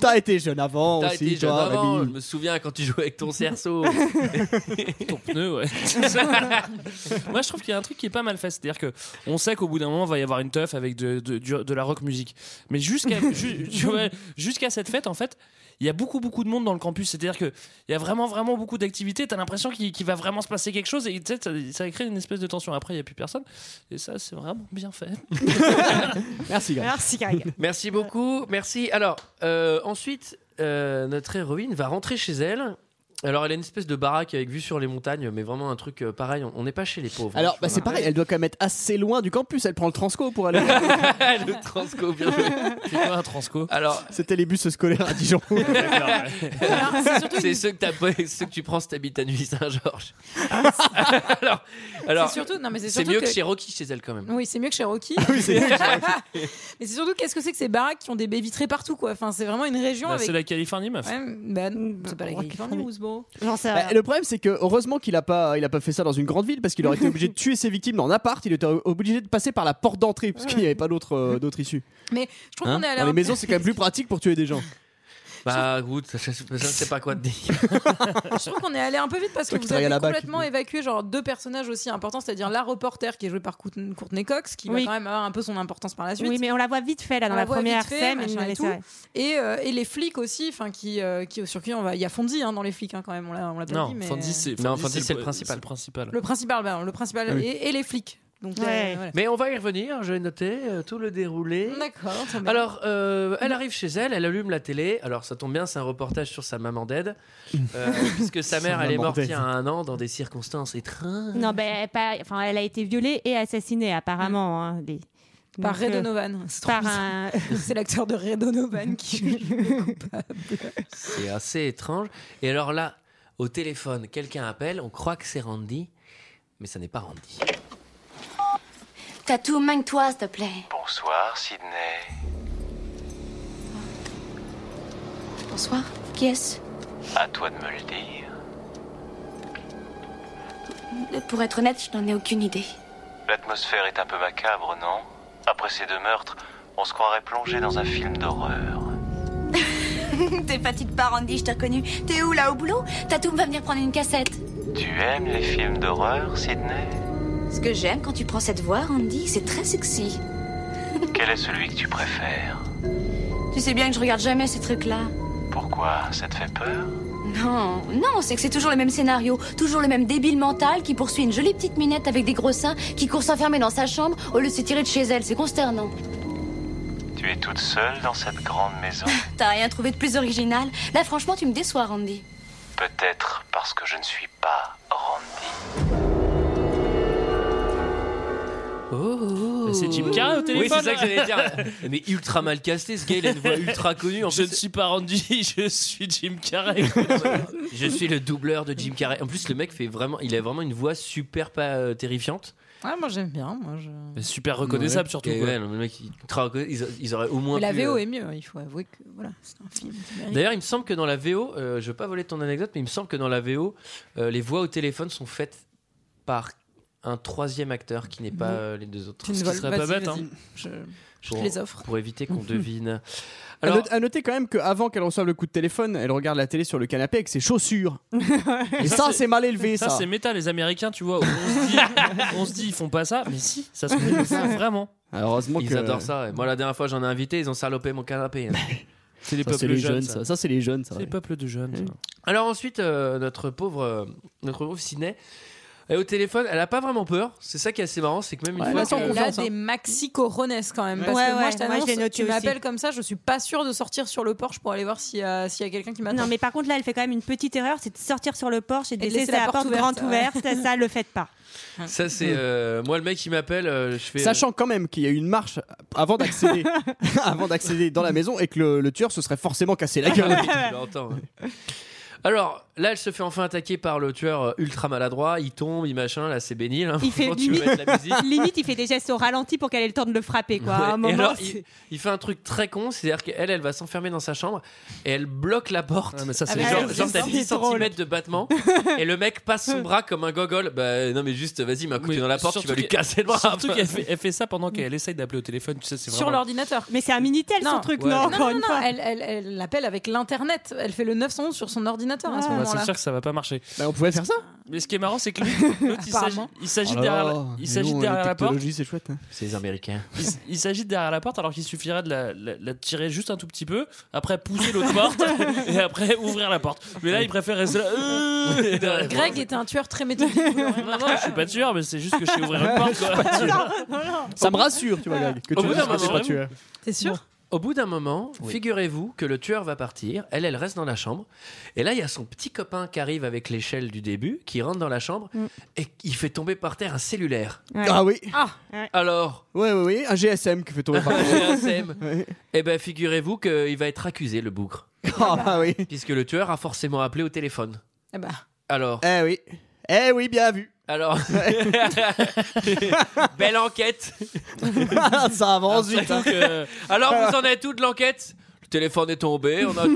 H: T'as été jeune avant
K: T'as
H: aussi,
K: été jeune
H: toi,
K: avant, je
H: Rémi.
K: me souviens quand tu jouais avec ton cerceau.
D: Ton pneu, ouais. Moi, je trouve qu'il y a un truc qui est pas mal fait. C'est-à-dire que on sait qu'au bout d'un moment, il va y avoir une teuf avec de, de, du- de la rock musique. Mais jusqu'à ju- tu vois, jusqu'à cette fête, en fait, il y a beaucoup, beaucoup de monde dans le campus. C'est-à-dire qu'il y a vraiment, vraiment beaucoup d'activités. T'as l'impression qu'il qu'il va vraiment se passer quelque chose et tu sais, ça, ça crée une espèce de tension. Après, il n'y a plus personne. Et ça, c'est vraiment bien fait.
H: Merci, gars.
A: Merci, Greg.
K: Merci beaucoup, merci. Alors, euh, ensuite, euh, notre héroïne va rentrer chez elle. Alors, elle a une espèce de baraque avec vue sur les montagnes, mais vraiment un truc euh, pareil. on- On n'est pas chez les pauvres.
H: Alors,
K: hein,
H: bah,
K: je
H: c'est
K: vois.
H: pareil, elle doit quand même être assez loin du campus. Elle prend le Transco pour aller.
K: le transco, bien joué.
D: C'est pas un transco.
K: Alors,
H: C'était les bus scolaires à Dijon.
K: c'est ceux que, t'as pas- ceux que tu prends si t'habites à Nuit Saint-Georges. alors, alors
J: Ah, C'est surtout. Non, mais c'est
K: c'est
J: surtout
K: mieux que... chez Rocky chez elle quand même.
J: Oui, c'est mieux que chez Rocky. mais c'est surtout qu'est-ce que c'est que ces baraques qui ont des baies vitrées partout quoi. Enfin, c'est vraiment une région
D: Bah,
J: avec.
D: C'est la Californie, meuf.
A: Mm,
J: Ouais, bah, non, c'est pas la Californie, Roosevelt. bon
A: J'en sais
H: Bah, le problème, c'est que heureusement qu'il a pas, il a pas fait ça dans une grande ville parce qu'il aurait été obligé de tuer ses victimes dans un appart. Il était obligé de passer par la porte d'entrée parce qu'il n'y avait pas d'autre, euh, d'autre issue.
J: Mais je trouve
H: Hein
J: qu'on est allé
H: dans
J: un
H: les
J: peu-
H: maisons, c'est quand même plus pratique pour tuer des gens.
K: Bah, écoute, ça, ça, ça, je sais pas quoi te dire.
J: je trouve qu'on est allé un peu vite parce que
K: Toi qui
J: vous
K: travailles
J: avez
K: à la BAC,
J: complètement évacué genre deux personnages aussi importants, c'est-à-dire la reporter qui est jouée par Courten- Courtney Cox, qui
A: Oui.
J: va quand même avoir un peu son importance par la suite.
A: Oui, mais on la voit vite fait là dans
J: On
A: la,
J: voit
A: première
J: vite fait,
A: scène.
J: machin
A: mais
J: et,
A: c'est
J: tout.
A: vrai.
J: Et, euh, et les flics aussi, enfin qui, euh, qui sur qui on va, il y a Fondy hein, dans les flics hein, quand même, on l'a, on l'a pas
D: Non,
J: dit. mais-
D: Fantasy, c'est
K: Non,
D: Fantasy,
K: Fantasy, c'est le principal.
D: c'est principal.
J: le principal, ben, le principal
D: Ah oui.
J: et, et les flics. Donc euh,
D: Ouais.
J: voilà.
K: Mais on va y revenir, j'ai noté euh, tout le déroulé.
J: D'accord. très bien.
K: Alors, euh, elle arrive chez elle, elle allume la télé. Alors, ça tombe bien, c'est un reportage sur sa maman dead. euh, puisque sa mère,
H: Sa
K: elle est
H: maman
K: morte il y
H: dead.
K: a un an dans des circonstances étranges.
A: Non, ben, elle, pas- enfin, elle a été violée et assassinée apparemment. hein, les-
J: Par
A: Donc,
J: Ray
A: euh,
J: Donovan. C'est trop
A: par
J: bizarre.
A: un-
J: C'est l'acteur de Ray Donovan qui joue le coupable.
K: C'est assez étrange. Et alors là, au téléphone, quelqu'un appelle, on croit que c'est Randy, mais ça n'est pas Randy.
I: Tatou, manque-toi, s'il te plaît.
G: Bonsoir, Sydney.
I: Bonsoir. Qui est-ce
G: À toi de me le dire.
I: Pour être honnête, je n'en ai aucune idée.
G: L'atmosphère est un peu macabre, non Après ces deux meurtres, on se croirait plongé dans un film d'horreur.
I: T'es fatigué pas, Randy, je t'ai reconnu. T'es où, là, au boulot Tatou va venir prendre une cassette.
G: Tu aimes les films d'horreur, Sydney
I: Ce que j'aime quand tu prends cette voix, Randy, c'est très sexy.
G: Quel est celui que tu préfères
I: Tu sais bien que je regarde jamais ces trucs-là.
G: Pourquoi Ça te fait peur
I: Non, non, c'est que c'est toujours le même scénario, toujours le même débile mental qui poursuit une jolie petite minette avec des gros seins, qui court s'enfermer dans sa chambre au lieu de se tirer de chez elle, c'est consternant.
G: Tu es toute seule dans cette grande maison
I: T'as rien trouvé de plus original Là, franchement, tu me déçois, Randy.
G: Peut-être parce que je ne suis pas
K: Bah, C'est Jim Carrey au téléphone.
D: Oui, c'est ça que j'allais dire.
K: Mais ultra mal casté, ce gars, il a une voix ultra connue. En
D: je
K: plus,
D: ne suis pas Randy, je suis Jim Carrey.
K: je suis le doubleur de Jim Carrey. En plus, le mec fait vraiment, il a vraiment une voix super pas euh, terrifiante.
J: Ah, moi j'aime bien. Moi, je...
D: super reconnaissable
K: Ouais.
D: surtout.
K: Et
D: quoi.
K: ouais, non, le mec, il- ultra reconna- ils, ils auraient au moins.
J: Mais la
K: pu, euh,
J: VO est mieux, il faut avouer que voilà, c'est un film. qui mérite.
K: D'ailleurs, il me semble que dans la VO, euh, je veux pas voler ton anecdote, mais il me semble que dans la VO, euh, les voix au téléphone sont faites par un troisième acteur qui n'est pas
J: Bon.
K: euh, les deux autres.
J: Tu ne
K: Ce qui
J: voles-
K: serait pas
J: vas-y,
K: bête, hein.
J: vas-y. Je, je
K: Pour-
J: te les offre.
K: Pour éviter qu'on devine.
D: Ah,
H: Alors...
K: Alors,
H: À, noter, quand même qu'avant qu'elle reçoive le coup de téléphone, elle regarde la télé sur le canapé avec ses chaussures. Et ça, c'est mal élevé, ça.
D: Ça, c'est méta, les Américains, tu vois. On se, dit, on se dit, ils font pas ça, mais si, ça se fait ils le font vraiment.
H: Heureusement
K: ils
H: que-
K: adorent ça. ouais. Moi, la dernière fois, j'en ai invité, ils ont salopé mon canapé. hein.
D: C'est les
H: Ça,
D: peuples
H: c'est les
D: jeunes,
H: jeunes,
D: ça.
H: ça. Ça, c'est les jeunes, ça.
D: C'est les
H: ouais.
D: peuples de jeunes. ça.
K: Alors ensuite, euh, notre pauvre, euh, notre pauvre Sydney, elle est au téléphone, elle a pas vraiment peur. C'est ça qui est assez marrant, c'est que même une
J: Ouais,
K: fois,
J: là,
K: que- hein.
J: elle a des maxi coronets quand même.
K: Ouais.
J: Parce
A: Ouais,
J: que moi,
A: ouais,
J: je
A: moi, je l'ai
J: t'annonce,
A: noté
J: tu
A: aussi.
J: m'appelles comme ça, je suis pas sûre de sortir sur le porche pour aller voir s'il y a, s'il y a quelqu'un qui m'attend.
A: Non, mais par contre, là, elle fait quand même une petite erreur c'est de sortir sur le porche et de
J: Et de
A: laisser la, porte, grande
J: ouverte,
A: ouverte.
J: ouais.
A: Ça, le faites pas.
K: ça c'est euh, moi le mec qui m'appelle, euh, je fais.
H: Sachant quand même qu'il y a eu une marche avant d'accéder, avant d'accéder dans la maison et que le, le tueur se serait forcément cassé la gueule.
K: Tu l'entends, ouais. hein. Alors là, elle se fait enfin attaquer par le tueur euh, ultra maladroit. Il tombe, il machin. Là, c'est bénil. hein.
A: Il fait
K: Quand tu veux
A: limite,
K: mettre la musique.
A: limite, il fait des gestes au ralenti pour qu'elle ait le temps de le frapper. Quoi.
K: Ouais,
A: À un
K: et
A: moment,
K: alors,
A: c'est-
K: il, il fait un truc très con, c'est-à-dire qu'elle, elle va s'enfermer dans sa chambre et elle bloque la porte.
D: Ah, mais ça, c'est
K: genre,
D: drôle.
K: genre, t'as
D: C'est
K: 10
D: drôle.
K: cm de battement et le mec passe son bras comme un gogol. Bah non, mais juste, vas-y, mets un coup de pied dans la porte, tu
D: Surtout
K: vas lui
D: qu'elle-
K: casser le bras.
D: Surtout qu'elle fait, elle fait ça pendant qu'elle essaye d'appeler au téléphone, tu sais, c'est
J: Sur
D: vraiment-
J: l'ordinateur.
A: Mais c'est un Minitel,
J: Non.
A: son truc,
D: Ouais.
A: non,
D: Non,
J: Non,
A: encore
J: non,
A: une
J: non,
A: fois.
J: elle, elle, elle l'appelle avec l'internet. Elle fait le 911 sur son ordinateur à ce
A: Ah.
D: Bah,
J: moment-là.
D: c'est sûr que ça va pas marcher.
H: Bah, on pouvait faire ça.
D: Mais ce qui est marrant, c'est que l'autre, l'autre, il s'agit-
J: Apparemment.
D: il s'agit derrière,
H: Oh
D: la- il s'agit derrière la porte.
H: c'est chouette. hein.
K: Ces Américains.
D: Il, s- il s'agit derrière la porte alors qu'il suffirait de la, la- la tirer juste un tout petit peu, après pousser l'autre porte et après ouvrir la porte. Mais là, il préfère rester là. euh, et derrière la porte.
J: Greg était un tueur très méthodique. vous l'aurez
D: Non,
J: remarqué.
D: non, je suis pas tueur, mais c'est juste que je sais ouvrir une porte. quoi.
H: Ça me rassure, tu vois, Greg, que
K: Au
H: tu
K: bout
H: dises
K: d'un
H: que c'est
K: moment,
H: pas tueur.
J: T'es sûr
K: Au bout d'un moment, figurez-vous que le tueur va partir. Elle, elle reste dans la chambre. Et là, il y a son petit copain qui arrive avec l'échelle du début, qui rentre dans la chambre
A: Mm.
K: et il fait tomber par terre un cellulaire.
H: Ah oui,
J: Ah,
K: Alors,
H: ouais, ouais, ouais, un GSM qui fait tomber par terre.
K: GSM. Eh ben, figurez-vous qu'il va être accusé, le bougre.
H: Ah bah oui.
K: Puisque le tueur a forcément appelé au téléphone.
J: eh bah.
K: Alors,
H: Eh oui. Eh oui, bien vu.
K: alors. Belle enquête.
H: ça avance vite. hein.
D: Surtout que-
K: Alors, vous en êtes où de l'enquête téléphone est tombé, on a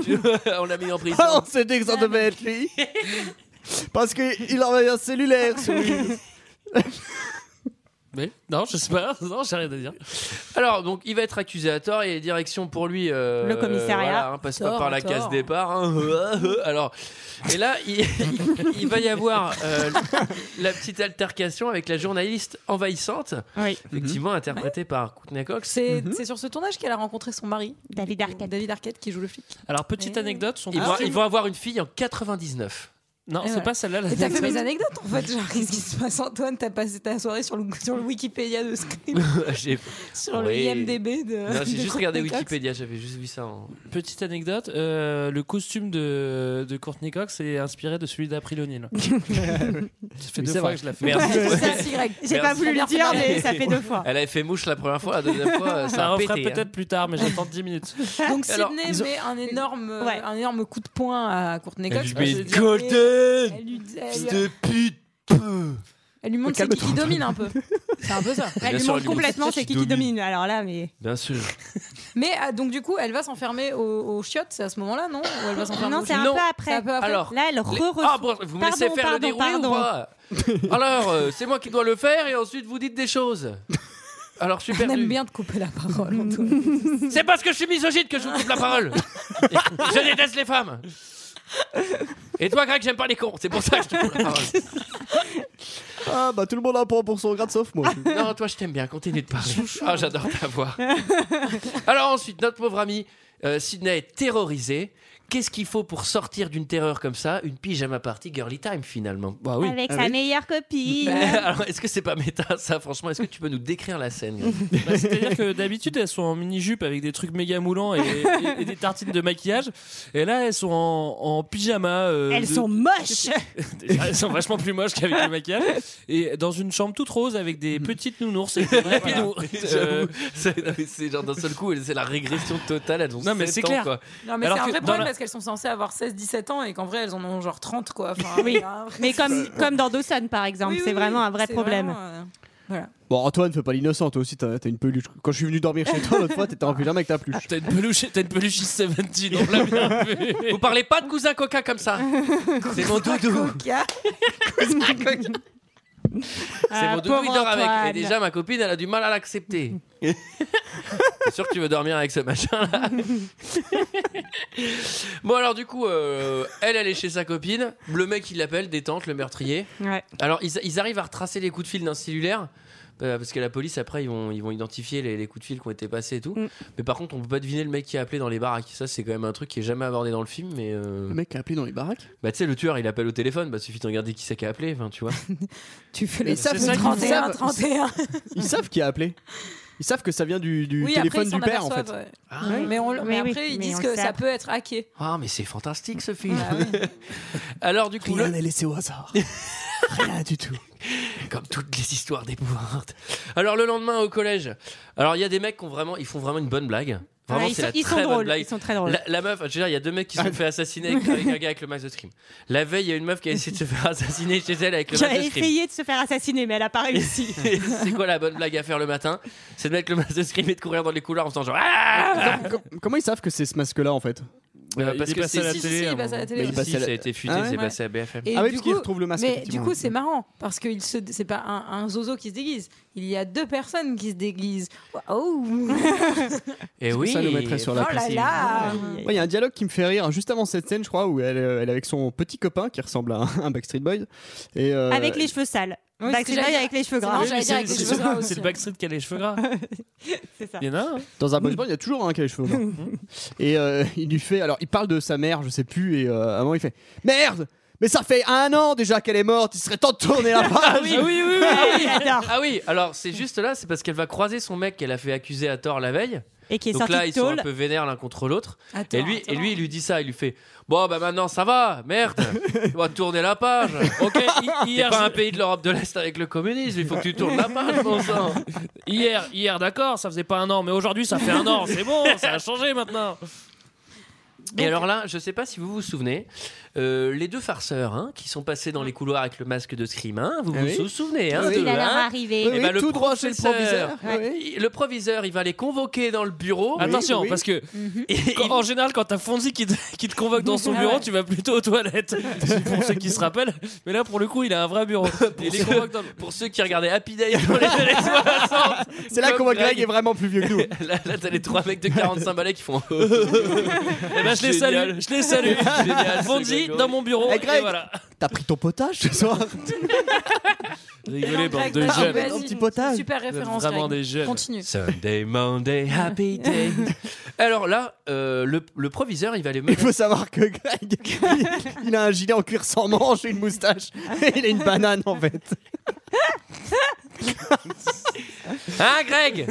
K: on l'a mis en prison.
H: Ah, on s'est dit que ça devait être lui. Parce qu'il avait un cellulaire sur lui.
K: Mais non, je sais pas, non, j'ai rien à dire. Alors, donc, il va être accusé à tort et direction pour lui. euh,
A: Le commissariat.
K: voilà, hein, passe pas
A: Tort,
K: par la
A: tort.
K: case départ. hein. Alors, et là, il, il va y avoir euh, la petite altercation avec la journaliste envahissante,
A: Mhm.
K: effectivement interprétée par Courtney Cox.
J: C'est c'est sur ce tournage qu'elle a rencontré son mari, David Arquette. David Arquette qui joue le flic.
D: Alors, petite anecdote son
K: Eh. Ils,
D: costume-
K: vont, ils vont avoir une fille en Eh 99.
D: Non,
J: Et
D: c'est
J: voilà.
D: pas
A: Bah,
D: celle-là.
J: Et t'as fait mes
D: l'anecdote.
J: anecdotes en fait. Genre, qu'est-ce qui se passe, Antoine T'as passé ta soirée sur le, sur le Wikipédia de Scream,
K: J'ai-
J: sur le
K: Oui.
J: IMDB de.
K: Non, j'ai
J: de
K: juste regardé
J: Courtney Cox.
K: Wikipédia, j'avais juste vu ça hein. en.
D: Petite anecdote, euh, le costume de, de Courtney Cox est inspiré de celui d'April O'Neil. ça fait
K: Oui,
D: deux
K: c'est
D: fois
K: vrai.
D: que je la fais.
K: Merci. Ouais, c'est
A: ça, Y. J'ai pas voulu le dire, mais ça fait deux fois.
K: Elle avait fait mouche la première fois, la deuxième fois, ça
D: Ça
K: a
D: refera
K: pété, hein.
D: peut-être plus tard, mais j'attends 10 minutes.
J: Donc
D: Alors,
J: Sydney
D: ils ont-
J: met un énorme, euh, un énorme coup de poing à Courtney
D: Elle
J: Cox.
D: lui
J: parce
D: met
J: que je veux dire,
K: Golden
J: elle lui-
K: Fils
J: elle-
K: de pute peu.
J: Elle lui montre c'est qui qui domine un peu. C'est un peu ça.
A: Elle lui montre
K: sûr, elle lui montre
A: complètement
K: qui
A: c'est qui qui
K: domine.
A: domine. Alors là, mais.
K: Bien sûr.
J: Mais ah, donc du coup, elle va s'enfermer au, au chiottes, c'est à ce moment-là, non Ou elle va s'enfermer
A: Non,
J: aux
A: c'est un
J: chiottes
A: peu après.
K: Alors,
A: là, elle
K: les-
A: re
K: Ah, bon, vous me laissez
A: Pardon,
K: faire le
A: pardon,
K: déroulé ou
A: pardon.
K: pas Alors, euh, c'est moi qui dois le faire et ensuite vous dites des choses. Alors, je suis
J: On aime
K: perdu.
J: bien te couper la parole, Antoine.
K: C'est parce que je suis misogyne que je vous coupe la parole. je déteste les femmes. Et toi, Greg, j'aime pas les cons. C'est pour ça que je te coupe la parole.
H: Ah bah tout le monde a un point pour son grade sauf moi.
K: Non, toi, je t'aime bien. Continue de parler. Ah, j'adore ta voix. Alors ensuite, notre pauvre ami euh, Sydney est terrorisé. Qu'est-ce qu'il faut pour sortir d'une terreur comme ça Une pyjama party girly time finalement. Bah
A: Avec sa meilleure copine.
K: Alors, est-ce que c'est pas méta ça Franchement, est-ce que tu peux nous décrire la scène Greg
D: Bah, C'est-à-dire que d'habitude, elles sont en mini-jupe avec des trucs méga moulants et, et- et des tartines de maquillage. Et là, elles sont en, en pyjama. euh,
A: Elles
D: de-
A: sont moches.
D: Déjà, elles sont vachement plus moches qu'avec le maquillage. Et dans une chambre toute rose avec des
A: Mm.
D: petites nounours et des vrais pinous. Euh,
K: J'avoue, c'est non, mais c'est genre d'un seul coup, c'est la régression totale. Elles ont
D: Non, mais
K: 7
D: c'est
K: ans,
D: clair.
K: quoi.
J: Non, mais c'est
D: Alors
J: un
D: que
J: vrai
D: dans
J: problème
D: la-
J: parce qu'elles sont censées avoir 16-17 ans et qu'en vrai, elles en ont genre 30, quoi. Enfin,
A: Oui.
J: il y a un vrai-
A: Mais comme, comme dans Dawson, par exemple,
J: Oui,
A: c'est
J: oui,
A: vraiment un vrai
J: c'est
A: problème.
J: vraiment, euh, voilà.
H: Bon Antoine, fais pas l'innocent, toi aussi t'as t'as une peluche. Quand je suis venu dormir chez toi l'autre fois, t'étais en pyjama avec ta peluche.
D: T'as une peluche, t'as une peluche 70, on l'a bien vu.
K: Vous parlez pas de cousin coca comme ça. C'est mon
J: euh,
K: doudou. Cousin coca. C'est
A: Ah,
K: mon doudou, il
A: pauvre
K: dort avec. Et
A: Antoine.
K: déjà, ma copine, elle a du mal à l'accepter. C'est sûr que tu veux dormir avec ce machin-là. bon, alors, du coup, euh, elle, elle est chez sa copine. Le mec, il l'appelle, détente, le meurtrier.
A: Ouais.
K: Alors, ils, ils arrivent à retracer les coups de fil d'un cellulaire. euh, Parce que la police, après, ils vont, ils vont identifier les, les coups de fil qui ont été passés et tout.
A: Mm.
K: Mais par contre, on peut pas deviner le mec qui a appelé dans les baraques. Ça, c'est quand même un truc qui est jamais abordé dans le film. Mais euh,
H: Ah, Le mec a appelé dans les baraques.
K: bah, tu sais, le tueur, il appelle au téléphone. Bah, suffit de regarder qui c'est qui a appelé. Enfin, tu vois.
J: Tu fais
H: Mais
J: les
H: ça,
J: savent
H: c'est ça qu'ils
J: 31,
H: savent.
J: 31.
H: Ils savent qui a appelé. Ils savent que ça vient du, du
J: Oui, après,
H: téléphone
J: ils s'en
H: du père en fait.
J: aperçoivent, ouais.
K: Ah,
J: Ouais.
K: oui.
J: Mais, on l-
A: Mais
J: mais
A: oui,
J: après, ils
A: mais
J: disent
A: on
J: que
A: le sait
J: ça
A: après.
J: peut être hacké.
K: Ah, mais c'est fantastique ce film.
A: Bah
K: Alors, du coup,
H: Rien
K: le-
H: n'est laissé au hasard. Rien du tout.
K: comme toutes les histoires d'épouvante. Alors, le lendemain au collège, alors il y a des mecs qui ont vraiment, ils font vraiment une bonne blague. Vraiment,
A: Ouais, ils
K: c'est
A: sont-
K: la
A: ils
K: très
A: sont
K: bonne
A: drôles,
K: blague.
A: ils sont très drôles.
K: La, la meuf, je veux dire, il y a deux mecs qui se sont fait assassiner avec, avec un gars avec le max de scream. La veille, il y a une meuf qui a essayé de se faire assassiner chez elle avec le max
A: J'avais
K: de scream.
A: essayé de se faire assassiner, mais elle a pas réussi.
K: c'est quoi la bonne blague à faire le matin C'est de mettre le masque de scream et de courir dans les couloirs en faisant genre. Ah
H: Comment ils savent que c'est ce masque là en fait
K: Euh,
D: Euh, Il
K: parce
D: est
K: que
D: passé
K: c'est-
D: à la
J: si, si,
D: télé. hein,
J: si, il
D: à un
J: passe à la
D: moment.
J: télé.
H: Mais
K: Si,
H: il passe à la-
K: ça a été futé,
H: Ah ouais
K: c'est
J: Ouais.
K: passé à BFM.
J: Et
H: Ah oui,
J: du
H: parce qu'il
J: coup-
H: retrouve le masque,
J: Mais du
H: effectivement.
J: coup, c'est marrant parce que il se- c'est pas un, un zozo qui se déguise. Il y a deux personnes qui se déguisent. Oh,
K: Et oui.
H: ça, le mettrait sur
J: oh
H: la
J: là là
H: Il y a un dialogue qui me fait rire juste avant cette scène, je crois, où elle, euh, elle est avec son petit copain qui ressemble à un, un Backstreet Boy. Et euh,
A: Avec les cheveux sales.
J: Oui,
A: Backstreet
J: c'est
A: Boy
J: la-
A: avec les cheveux
J: c'est
A: gras.
J: marrant,
D: Oui, mais
J: j'allais dire avec
D: c'est-
J: les
D: c'est-
J: cheveux gras aussi.
D: C'est le Backstreet qui a les cheveux gras.
A: C'est ça.
D: Il y en a un.
H: Dans un boys band, il y a toujours un qui a les cheveux gras. et euh, il lui fait. Alors, il parle de sa mère, je sais plus, et euh, à un moment, il fait Merde Mais ça fait un an déjà qu'elle est morte, il serait temps de tourner la page
K: oui, oui,
A: J'adore.
K: Ah oui, alors c'est juste là, c'est parce qu'elle va croiser son mec qu'elle a fait accuser à tort la veille.
A: Et qui est
K: Donc
A: sorti
K: là,
A: de
K: ils sont un
A: tôle.
K: peu vénères l'un contre l'autre.
J: Attends,
K: Et lui,
J: attends.
K: et lui, il lui dit ça, il lui fait Bon, bah maintenant ça va, merde, on va tourner la page.
D: Ok, hi-
K: T'es
D: hier,
K: pas
D: je-
K: un pays de l'Europe de l'Est avec le communisme, il faut que tu tournes la page, bon sang.
D: hier, hier, d'accord, ça faisait pas un an, mais aujourd'hui, ça fait un an. C'est bon, ça a changé maintenant. Donc-
K: Et alors là, je sais pas si vous vous souvenez, euh, les deux farceurs hein, qui sont passés dans les couloirs avec le masque de scream, hein, vous
H: Ah
K: vous
H: oui.
K: vous souvenez hein,
A: Oui, il
K: d'eux,
A: a l'air
K: hein
A: arrivé.
K: Eh
A: Oui,
K: ben,
A: oui,
K: le
A: tout droit chez le
K: professeur,
A: proviseur. Ouais.
K: il- le proviseur, il va les convoquer dans le bureau. Mhm.
D: Attention, parce que quand- en général, quand t'as Fonzie qui te, qui te convoque dans son
K: Ah
D: bureau,
K: ouais.
D: tu vas plutôt aux toilettes. C'est pour ceux qui se rappellent. Mais là, pour le coup, il a un vrai bureau. Et les convoque dans le-
K: Pour ceux qui regardaient Happy Day dans les années 60,
H: C'est là
K: comme
H: qu'on voit que Greg est vraiment plus vieux que nous.
K: Là, là, t'as les trois mecs de 45 balais qui font.
D: Eh ben, je les salue, je les salue. Fonzie, dans mon bureau.
H: Eh, Greg,
D: et voilà.
H: T'as pris ton potage ce soir
D: Rigolez, bande de
H: t'as
D: jeunes.
H: raison. Petit potage.
J: Super
D: Vous êtes
J: référence.
D: Vraiment
J: Greg.
D: des jeunes.
J: Continue.
K: Sunday, Monday, happy day. Alors là, euh, le, le proviseur, il va les
H: Il faut savoir que Greg, il, il a un gilet en cuir sans manches et une moustache. Et il a une banane en fait.
K: Hein, Greg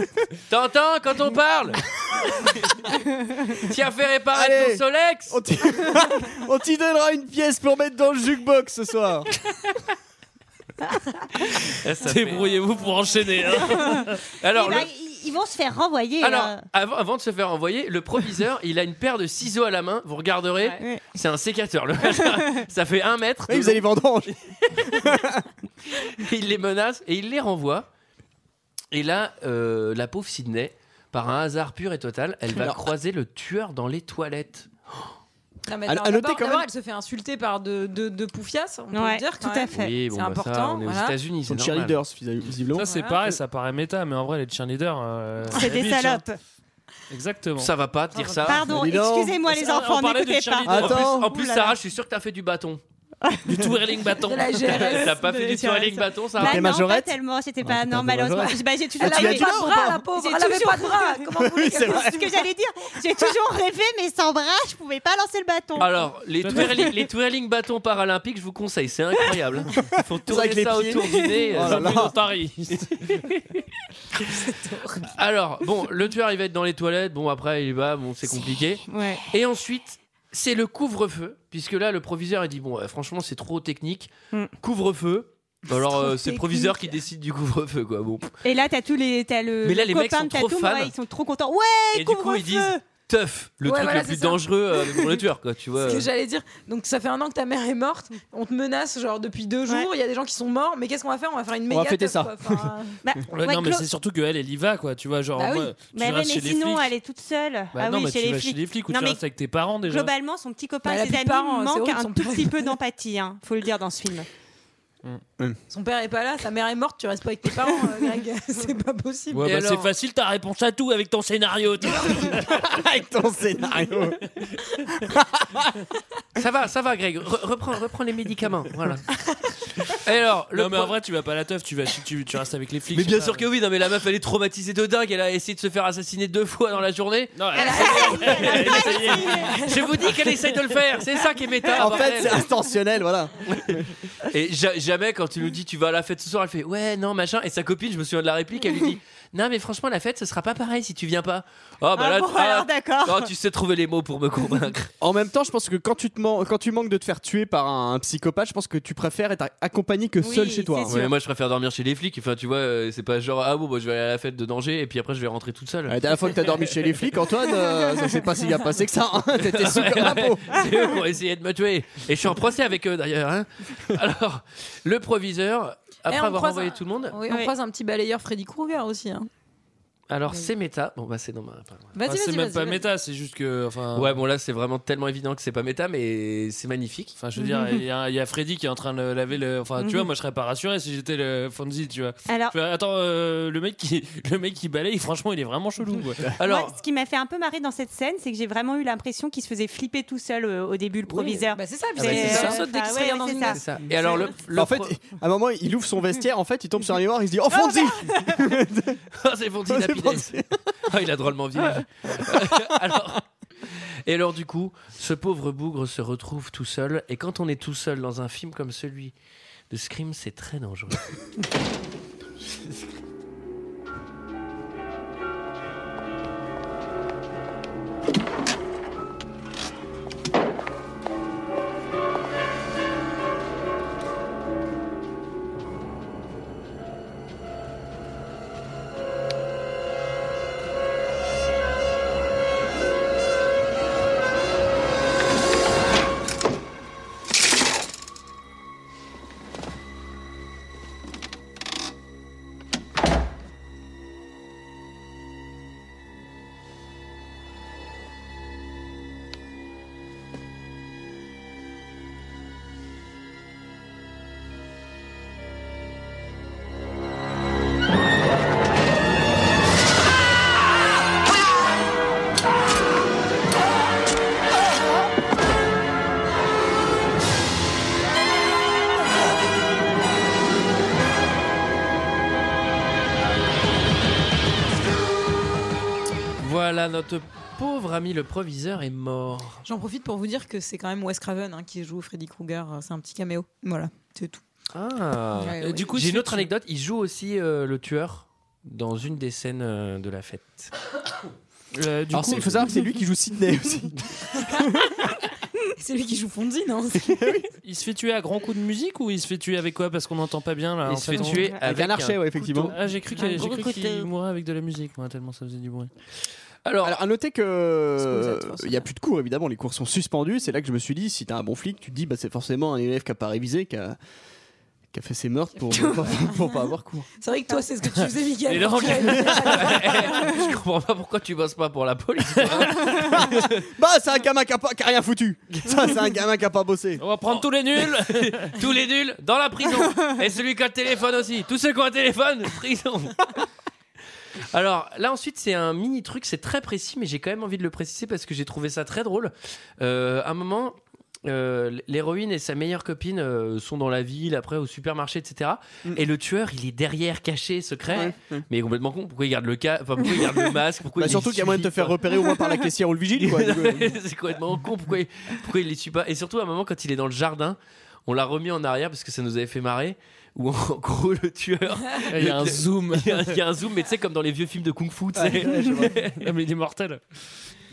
K: T'entends quand on parle Tiens, fais réparer
H: Allez.
K: ton Solex
H: On t'y- on t'y donnera une pièce pour mettre dans le jukebox ce soir.
D: Débrouillez-vous pour enchaîner. hein.
K: Eh, Alors,
A: Eh ben,
K: le-
A: ils- ils vont se faire renvoyer.
K: Alors,
A: là.
K: avant, avant de se faire envoyer, le proviseur, il a une paire de ciseaux à la main. Vous regarderez, c'est un sécateur. le- ça fait un mètre.
H: Oui, vous allez vendange.
K: il les menace et il les renvoie. Et là, euh, la pauvre Sydney, par un hasard pur et total, elle va
J: Alors-
K: croiser le tueur dans les toilettes.
J: Non, mais
K: À-
J: alors,
K: à noter
J: d'abord-
K: quand
J: d'abord,
K: même-
J: elle se fait insulter par deux de, de poufias, on peut
A: Ouais,
J: le dire.
A: tout
J: quand
A: à
J: même.
A: fait.
K: Oui, bon,
J: C'est
K: bah, ça,
J: important,
K: on est
J: voilà.
K: aux États-Unis,
H: Sont
K: c'est normal.
H: cheerleaders, visiblement.
D: Ça, c'est pareil, ça paraît méta, mais en vrai, les cheerleaders. euh,
A: C'est des
D: bitch, hein.
A: salopes.
D: Exactement.
K: Ça va pas de dire ça.
A: Pardon, excusez-moi les
D: Ah, on
A: enfants,
D: parlait de
A: n'écoutez pas.
D: cheerleader.
K: En plus, en plus, Sarah, je suis sûr que t'as fait du bâton.
D: Du twirling bâton.
A: De la GRS,
K: T'as pas fait
A: de
K: du
A: GRS.
K: twirling bâton, ça
A: Bah non, pas tellement, c'était pas. Non, malheureusement.
K: majorette.
A: Bah, j'ai toujours
K: Elle avait
A: rêvé-
K: pas de
J: bras, la pauvre,
A: J'ai
J: elle avait
A: toujours-
J: pas de bras, comment
A: Oui,
J: voulez-vous
A: c'est
J: qu'elle
A: vrai.
J: fasse
A: ce que j'allais dire. J'ai toujours rêvé, mais sans bras, je pouvais pas lancer le bâton.
K: Alors, les twirling, les twirling bâtons paralympiques, je vous conseille, c'est incroyable. Il faut
H: Ça, avec
K: tourner
H: les
K: ça
H: pieds.
K: autour du nez. euh,
H: Oh là là.
K: Alors, bon, le tueur, il va être dans les toilettes. Bon, après, il va, bon, c'est compliqué.
A: Ouais.
K: Et ensuite, c'est le couvre-feu, puisque là, le proviseur, il dit Bon, euh, franchement, c'est trop technique.
J: Hmm.
A: Mm.
K: Couvre-feu. Alors,
A: trop
K: euh, c'est le proviseur qui décide du couvre-feu, quoi. Bon.
A: Et là, t'as tous les, t'as le.
K: Mais là,
A: le
K: les mecs
A: copain
K: sont
A: de
K: trop
A: Tatum,
K: fans.
A: ouais, ils sont trop contents. Ouais,
K: Et du coup, ils
A: couvre-feu.
K: disent Teuf, le
J: Ouais,
K: truc
J: voilà,
K: le plus
J: c'est ça.
K: dangereux euh, pour le tueur, quoi, tu vois.
J: Ce que j'allais dire. Donc ça fait un an que ta mère est morte. On te menace genre depuis deux jours. Il y a des gens qui sont morts. Mais qu'est-ce qu'on va faire On va faire une méga. teuf, quoi. Enfin,
D: Ouais, non, mais c'est surtout que elle, elle y va, quoi. Tu vois, genre,
J: Bah oui.
D: moi, tu
A: Mais, ouais,
D: restes
A: mais
D: chez les
A: sinon,
D: flics.
A: elle est toute seule.
D: Bah
A: ah
D: non,
A: oui,
D: mais
A: chez
D: tu
A: les
D: vas
A: flics.
D: chez les flics ou
A: Non,
D: tu
A: mais
D: restes avec tes parents déjà.
A: Globalement, son petit copain
J: Bah, elle
A: et
J: a
A: ses
J: plus
A: amis
J: de parents, c'est
A: manquent
J: horrible,
A: un
J: son
A: tout
J: pauvre.
A: petit peu d'empathie. Hein. Faut le dire dans ce film.
J: son père est pas là. Sa mère est morte. Tu restes pas avec tes parents, euh, Greg. c'est pas possible.
D: Ouais, bah, c'est facile ta réponse à tout avec ton scénario. tu vois.
H: Avec ton scénario.
K: Ça va, ça va, Greg. Re- reprends, reprends les médicaments. Voilà. Et alors, le
D: non, mais en
K: pro-
D: vrai, tu vas pas à la teuf, tu, vas, chi- tu, tu restes avec les flics.
K: Mais
D: je sais
K: bien
D: pas.
K: sûr que oui, non mais la meuf elle est traumatisée de dingue, elle a essayé de se faire assassiner deux fois dans la journée.
D: Non, elle-
K: Je vous dis qu'elle essaye de le faire, c'est ça qui est méta.
H: En fait,
K: bordel.
H: c'est intentionnel, voilà.
K: Et ja- jamais quand tu nous dis tu vas à la fête ce soir, elle fait ouais non machin et sa copine, je me souviens de la réplique, elle lui dit non mais franchement la fête ce sera pas pareil si tu viens pas. Ah bah
A: Ah
K: là
A: bon,
K: ah,
A: alors, d'accord.
K: non, tu sais trouver les mots pour me convaincre.
H: En même temps, je pense que quand tu, te man- quand tu manques de te faire tuer par un, un psychopathe, je pense que tu préfères être accompagné que seul chez toi.
K: Ouais, mais moi je préfère dormir chez les flics. Enfin tu vois euh, c'est pas genre ah bon bah, je vais aller à la fête de danger et puis après je vais rentrer toute seule.
H: La dernière fois que t'as dormi chez les flics, Antoine, euh, ça s'est pas si bien passé que ça. hein. T'étais sous comme un pot.
K: C'est eux qui ont essayé de me tuer. Et je suis en procès avec eux d'ailleurs. hein. Alors, le proviseur, après
J: Eh, on
K: avoir
J: croise
K: envoyé
J: un-
K: tout le
A: Oh,
K: monde,
J: Oui, on croise un petit balayeur Freddy Krueger aussi. hein.
K: alors c'est méta. Bon, bah c'est non, bah, pas-
J: Vas-y,
D: Ah,
J: vas-y,
D: c'est même
J: vas-y,
D: pas
J: vas-y.
D: méta, c'est juste que. Enfin,
K: Ouais, bon là c'est vraiment tellement évident que c'est pas méta, mais c'est magnifique.
D: Enfin, je veux dire, il y, a- il y a Freddy qui est en train de laver le. Enfin, tu vois,
A: Mhm.
D: moi je serais pas rassuré si j'étais le Fonzie, tu vois.
A: Alors-
D: Je fais, attends, euh, le, mec qui, le mec qui balaye, franchement, il est vraiment chelou. quoi.
A: Moi, ce qui m'a fait un peu marrer dans cette scène, c'est que j'ai vraiment eu l'impression qu'il se faisait flipper tout seul euh, au début, le proviseur. euh,
J: Bah, c'est ça,
K: Ah bah, c'est ça.
J: saute dès qu'il se regarde dans une glace.
K: C'est ça. Et alors le, le
H: en fait,
K: pro-
H: à un moment, il ouvre son vestiaire, en fait, il tombe sur un miroir, il se dit Oh, Fonzie
K: Ah, c'est Fonzie
H: Ah, c'est
K: Lapidès. Ah, il a drôlement vieilli. alors, et alors, du coup, ce pauvre bougre se retrouve tout seul. Et quand on est tout seul dans un film comme celui de Scream, c'est très dangereux. Voilà, notre pauvre ami le proviseur est mort.
J: J'en profite pour vous dire que c'est quand même Wes Craven hein, qui joue Freddy Krueger. C'est un petit caméo. Voilà, c'est tout.
K: Ah.
J: Ouais,
K: Euh,
J: ouais.
K: Du coup, j'ai une autre anecdote. Il joue aussi euh, le tueur dans une des scènes euh, de la fête. Euh, du
H: Alors,
K: coup,
H: c'est- il faut savoir que c'est lui qui joue Sidney aussi.
J: C'est lui qui joue Fondy, non
D: Il se fait tuer à grands coups de musique ou il se fait tuer avec quoi Parce qu'on n'entend pas bien là.
K: Il
D: en
K: se fait
D: on-
K: tuer Avec avec un archet, un ouais, effectivement. couteau.
D: Ah, j'ai cru
K: Un
D: qu'il j'ai
K: gros
D: cru qu'il
K: couteau.
D: mourait avec de la musique, moi, tellement ça faisait du bruit.
H: Alors, à noter que euh, il n'y a plus de cours évidemment, les cours sont suspendus. C'est là que je me suis dit, si t'as un bon flic, tu te dis, bah c'est forcément un élève qui a pas révisé, qui a, qui a fait ses meurtres pour, pour, pour pas avoir cours.
J: C'est vrai que toi, c'est ce que tu faisais, Miguel.
K: Et Laurent-
J: quand tu allais-
K: je comprends pas pourquoi tu bosses pas pour la police.
H: Bah c'est un gamin qui a, pas- qui a rien foutu. Ça c'est un gamin qui a pas bossé.
K: On va prendre tous les nuls, tous les nuls dans la prison. Et celui qui a le téléphone aussi. Tous ceux qui ont un téléphone, prison. Alors là ensuite c'est un mini truc, c'est très précis, mais j'ai quand même envie de le préciser parce que j'ai trouvé ça très drôle. Euh, à un moment, euh, l'héroïne et sa meilleure copine euh, sont dans la ville, après au supermarché, etc. Et le tueur, il est derrière, caché, secret, mais complètement con. Pourquoi il garde le ca- enfin, pourquoi il garde le masque Pourquoi
H: Bah,
K: il
H: surtout
K: les
H: qu'il y a moyen de te
K: suit
H: faire
K: pas
H: repérer au moins par la caissière ou le vigile, quoi.
K: Non, mais c'est complètement con. Pourquoi il, pourquoi il les suit pas Et surtout, à un moment, quand il est dans le jardin, on l'a remis en arrière parce que ça nous avait fait marrer. Où en gros, le tueur.
D: Il y a un
K: le-
D: zoom.
K: Il y a, un- il y a un zoom, mais tu sais, comme dans les vieux films de Kung Fu. tu sais.
D: Ah, mais il est mortel.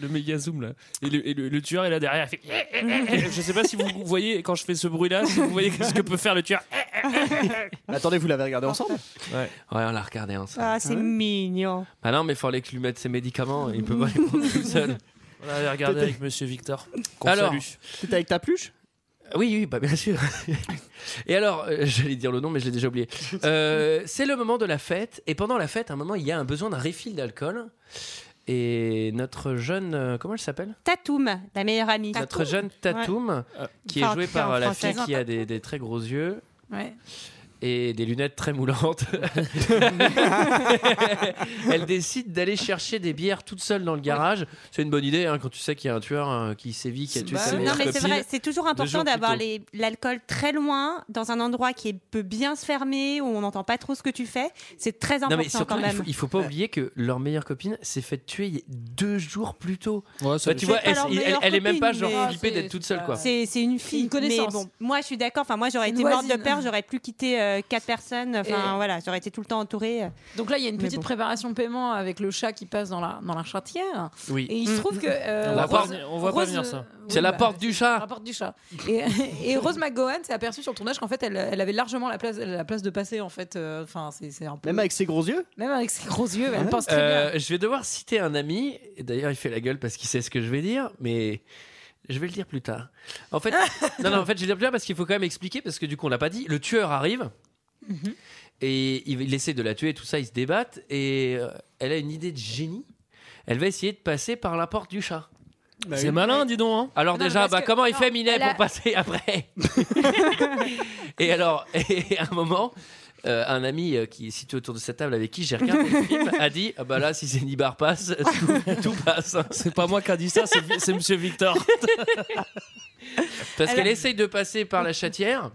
D: Le méga zoom là. Et le, et le- le tueur est là derrière. il fait- Je sais pas si vous voyez quand je fais ce bruit là, si vous voyez ce que peut faire le tueur.
H: Attendez, vous l'avez regardé ensemble
K: Ouais. on l'a regardé ensemble.
A: Ah, c'est mignon.
K: Bah non, mais il fallait que je lui mette ses médicaments. Il peut pas les prendre tout seul.
D: On l'avait regardé avec monsieur Victor. qu'on
K: Alors,
D: salue.
H: T'étais avec ta pluche
K: Oui, oui, bah, bien sûr. Et alors, euh, j'allais dire le nom, mais je l'ai déjà oublié. Euh, c'est le moment de la fête, et pendant la fête, à un moment, il y a un besoin d'un refill d'alcool. Et notre jeune, euh, comment elle s'appelle
A: Tatoum, la meilleure amie.
K: Notre jeune Tatoum, qui est
A: Enfin,
K: jouée
A: qui est en
K: par euh, la
A: français.
K: fille qui a des, des très gros yeux
J: Ouais.
K: et des lunettes très moulantes. elle décide d'aller chercher des bières toute seule dans le garage. C'est une bonne idée hein, quand tu sais qu'il y a un tueur euh, qui sévit, qui a tué sa
A: non
K: meilleure
A: mais c'est
K: copine
A: vrai, c'est toujours
K: deux
A: important
K: jours plus
A: d'avoir
K: tôt.
A: les- l'alcool très loin, dans un endroit qui est- peut bien se fermer, où on n'entend pas trop ce que tu fais. C'est très important
K: Non, mais surtout,
A: quand même.
K: Il, faut, il faut pas oublier que leur meilleure copine s'est faite tuer deux jours plus tôt.
D: ça
K: Bah,
D: lui
K: tu
D: fait-
K: vois,
D: C'est
K: elle,
D: pas leur
K: elle- elle
D: meilleure
K: est même pas
D: copine,
K: genre
D: mais-
K: flippée d'être toute seule, quoi.
A: C'est c'est une fille, mais
J: connaissance.
A: bon, moi je suis d'accord. Enfin, moi j'aurais
J: Une
A: été morte de
J: voisine.
A: peur, j'aurais plus quitté euh, quatre personnes. Enfin
J: Et-
A: voilà, j'aurais été tout le temps entourée.
J: Donc là, il y a une
A: Mais
J: petite
A: bon.
J: préparation paiement avec le chat qui passe dans la, dans la charretière.
K: Oui.
J: Et il
A: Mm.
J: se trouve que. euh,
K: On va pas
J: Rose-
K: venir- on voit pas
J: Rose-
K: venir ça.
J: oui,
K: C'est la
J: bah,
K: porte du chat.
J: La porte du chat. Et, et Rose McGowan s'est aperçue sur le tournage qu'en fait, elle, elle avait largement la place, la place de passer, en fait. Euh, Enfin, c'est c'est un peu.
H: Même avec ses gros yeux
J: Même avec ses gros yeux, elle pense très
K: Euh, je vais devoir citer un ami. Et D'ailleurs, il fait la gueule parce qu'il sait ce que je vais dire, mais je vais le dire plus tard. En fait, non, non, en fait, je vais le dire plus tard parce qu'il faut quand même expliquer parce que du coup, on l'a pas dit. Le tueur arrive et il, il essaie de la tuer. Tout ça, ils se débattent et euh, elle a une idée de génie. Elle va essayer de passer par la porte du chat. Bah,
D: C'est Bah oui. malin, dis donc. hein.
K: Alors
D: Non,
K: déjà,
D: parce
K: bah,
D: que-
K: comment il
D: non,
K: fait Minet
D: elle
K: pour
D: a-
K: passer après Et alors, et à un moment, euh, un ami euh, qui est situé autour de cette table avec qui j'ai regardé le film a dit ah bah là si Zenibar passe tout, tout passe. hein.
D: C'est pas moi qui a dit ça, c'est c'est monsieur Victor.
K: Parce
A: Alors-
K: qu'elle essaye de passer par la chatière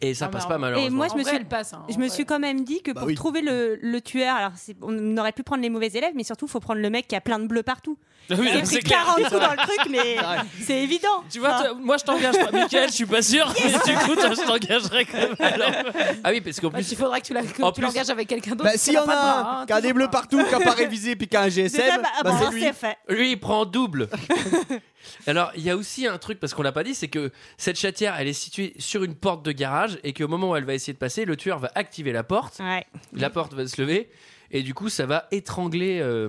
K: et
D: Ah,
K: ça passe pas malheureusement.
A: Et moi, je me suis, je me
J: vrai.
A: suis quand même dit que
K: Bah
A: pour
K: oui.
A: trouver le, le tueur, alors c'est- on aurait pu prendre les mauvais élèves, mais surtout, faut prendre le mec qui a plein de bleus partout.
D: Ah oui,
A: Il a
D: c'est
A: pris
D: clair.
A: 40 coups dans le truc, mais
D: C'est vrai.
A: c'est évident.
D: Tu vois, toi, moi je t'engage pas, Michael, je suis pas sûr,
A: Yes.
D: mais du coup, toi, je t'engagerai quand même.
K: Ah oui, parce qu'en
D: Bah,
J: plus. Il faudra que tu la- que
D: En
J: tu
D: plus-
J: l'engages avec quelqu'un d'autre.
H: Bah
J: parce
H: s'il y
J: qu'elle
H: en
J: a pas de
H: a
J: bras,
H: un
J: hein,
H: qui a des
J: toujours
H: bleus
J: pas.
H: partout, qui a pas révisé, puis qui a un
J: Déjà,
H: GSM,
J: bah,
H: bah,
J: bon,
H: c'est lui.
J: c'est fait.
K: Lui, il prend double. Alors, il y a aussi un truc, parce qu'on l'a pas dit, c'est que cette chatière, elle est située sur une porte de garage et qu'au moment où elle va essayer de passer, le tueur va activer la porte. La porte va se lever et du coup, ça va étrangler. euh,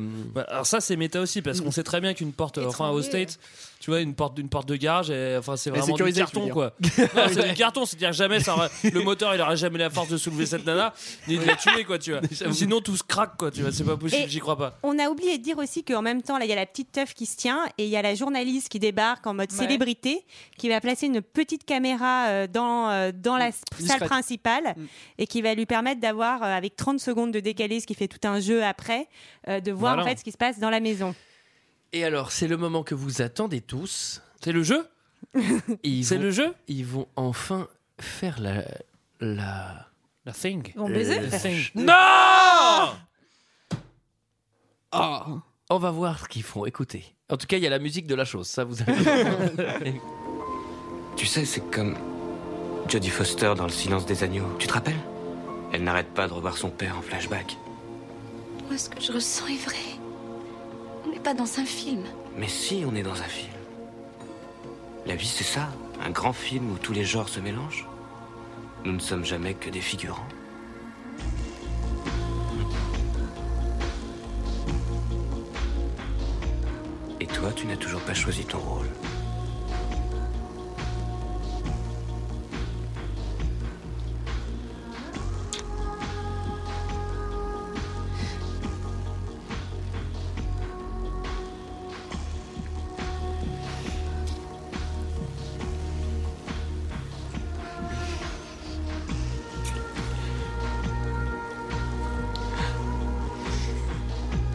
D: alors, ça, c'est méta aussi, parce qu'on sait très bien qu'une porte, euh, enfin, au
K: Étranglée.
D: States, tu vois, une porte, une porte de garage, et, enfin, c'est
K: Et
D: vraiment du
K: sécurisée,
D: carton,
K: tu veux
D: quoi. Non,
K: Ah,
D: c'est du carton, c'est-à-dire jamais, ça aurait- le moteur, il aurait jamais la force de soulever cette nana, ni de la tuer, quoi, tu vois. Sinon, tout se craque, quoi, tu vois, c'est pas possible,
A: Et-
D: j'y crois pas.
A: On a oublié de dire aussi qu'en même temps, là, il y a la petite teuf qui se tient et il y a la journaliste qui débarque en mode
J: Ouais.
A: célébrité, qui va placer une petite caméra euh, dans, euh, dans la s-
J: Discrète.
A: salle principale et qui va lui permettre d'avoir, euh, avec 30 secondes de décalé, ce qui fait tout un jeu après, euh, de voir
K: Malin.
A: en fait ce qui se passe dans la maison.
K: Et alors, c'est le moment que vous attendez tous.
D: C'est le jeu
K: C'est
D: le jeu
K: Ils vont enfin faire la. La. Euh,
D: La thing.
J: Ils vont baiser
K: La thing.
D: Non
K: Ah On va voir ce qu'ils font. Écoutez. En tout cas, il y a la musique de la chose. Ça, vous avez.
E: Tu sais, c'est comme Jodie Foster dans Le silence des agneaux. Tu te rappelles Elle n'arrête pas de revoir son père en flashback.
I: Moi, ce que je ressens est vrai. On n'est pas dans un film.
E: Mais si on est dans un film. La vie, c'est ça, un grand film où tous les genres se mélangent. Nous ne sommes jamais que des figurants. Et toi, tu n'as toujours pas choisi ton rôle.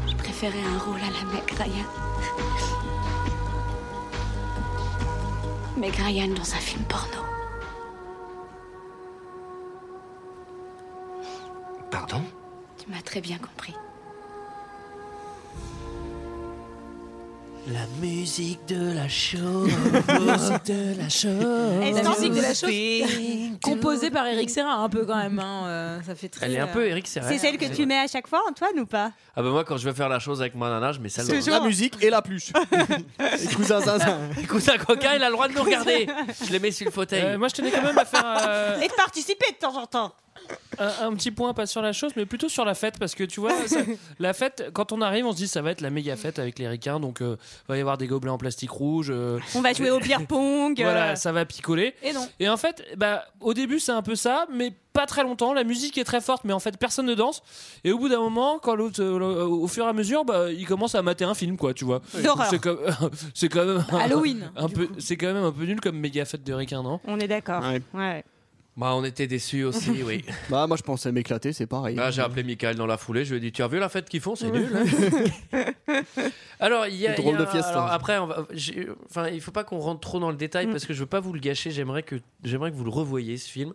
I: Je préférais un rôle à la Meg Ryan. Meg Ryan dans un film porno.
E: Pardon
I: Tu m'as très bien compris.
C: La musique de la chose.
J: de la
C: chose.
J: La musique de la chose. Composée par Eric Serra, un peu quand même. hein, euh, ça fait très,
K: Elle est un peu Éric Serra.
A: C'est celle que tu mets à chaque fois, Antoine, ou pas
K: Ah bah moi, quand je veux faire la chose avec ma nana, je mets celle-là. hein.
A: Toujours. La
H: musique et la pluche. cousin zinzin.
K: Cousin coquin, il a le droit de nous regarder. Je les mets sur le fauteuil.
D: moi, je tenais quand même à faire. euh,
A: Et de participer de temps en temps.
D: un, un petit point, pas sur la chose, mais plutôt sur la fête, parce que tu vois, ça- la fête, quand on arrive, on se dit ça va être la méga fête avec les ricains, donc euh, va y avoir des gobelets en plastique rouge. euh,
A: On va jouer au beer pong. euh,
D: Voilà, ça va picoler.
A: Et non.
D: Et en fait, bah, au début, c'est un peu ça, mais pas très longtemps. La musique est très forte, mais en fait, personne ne danse. Et au bout d'un moment, quand l'autre, euh, le- au fur et à mesure, bah, il commence à mater un film, quoi, tu vois.
A: Oui. D'horreur.
D: C'est comme- c'est quand même. un-
A: Halloween,
D: Un peu, c'est quand même un peu nul comme méga fête de requin, non
A: On est d'accord. Ouais.
K: Bah, on était déçus aussi, oui.
H: Bah, moi, je pensais m'éclater, c'est pareil.
K: Bah, j'ai appelé Michael dans la foulée, je lui ai dit Tu as vu la fête qu'ils font C'est nul. hein. alors, il y a.
H: Drôle
K: il y a-
H: de fiesta.
K: alors, après, on va- j'ai- enfin, il faut pas qu'on rentre trop dans le détail
D: Mm.
K: parce que je veux pas vous le gâcher. J'aimerais que, j'aimerais que vous le revoyiez, ce film.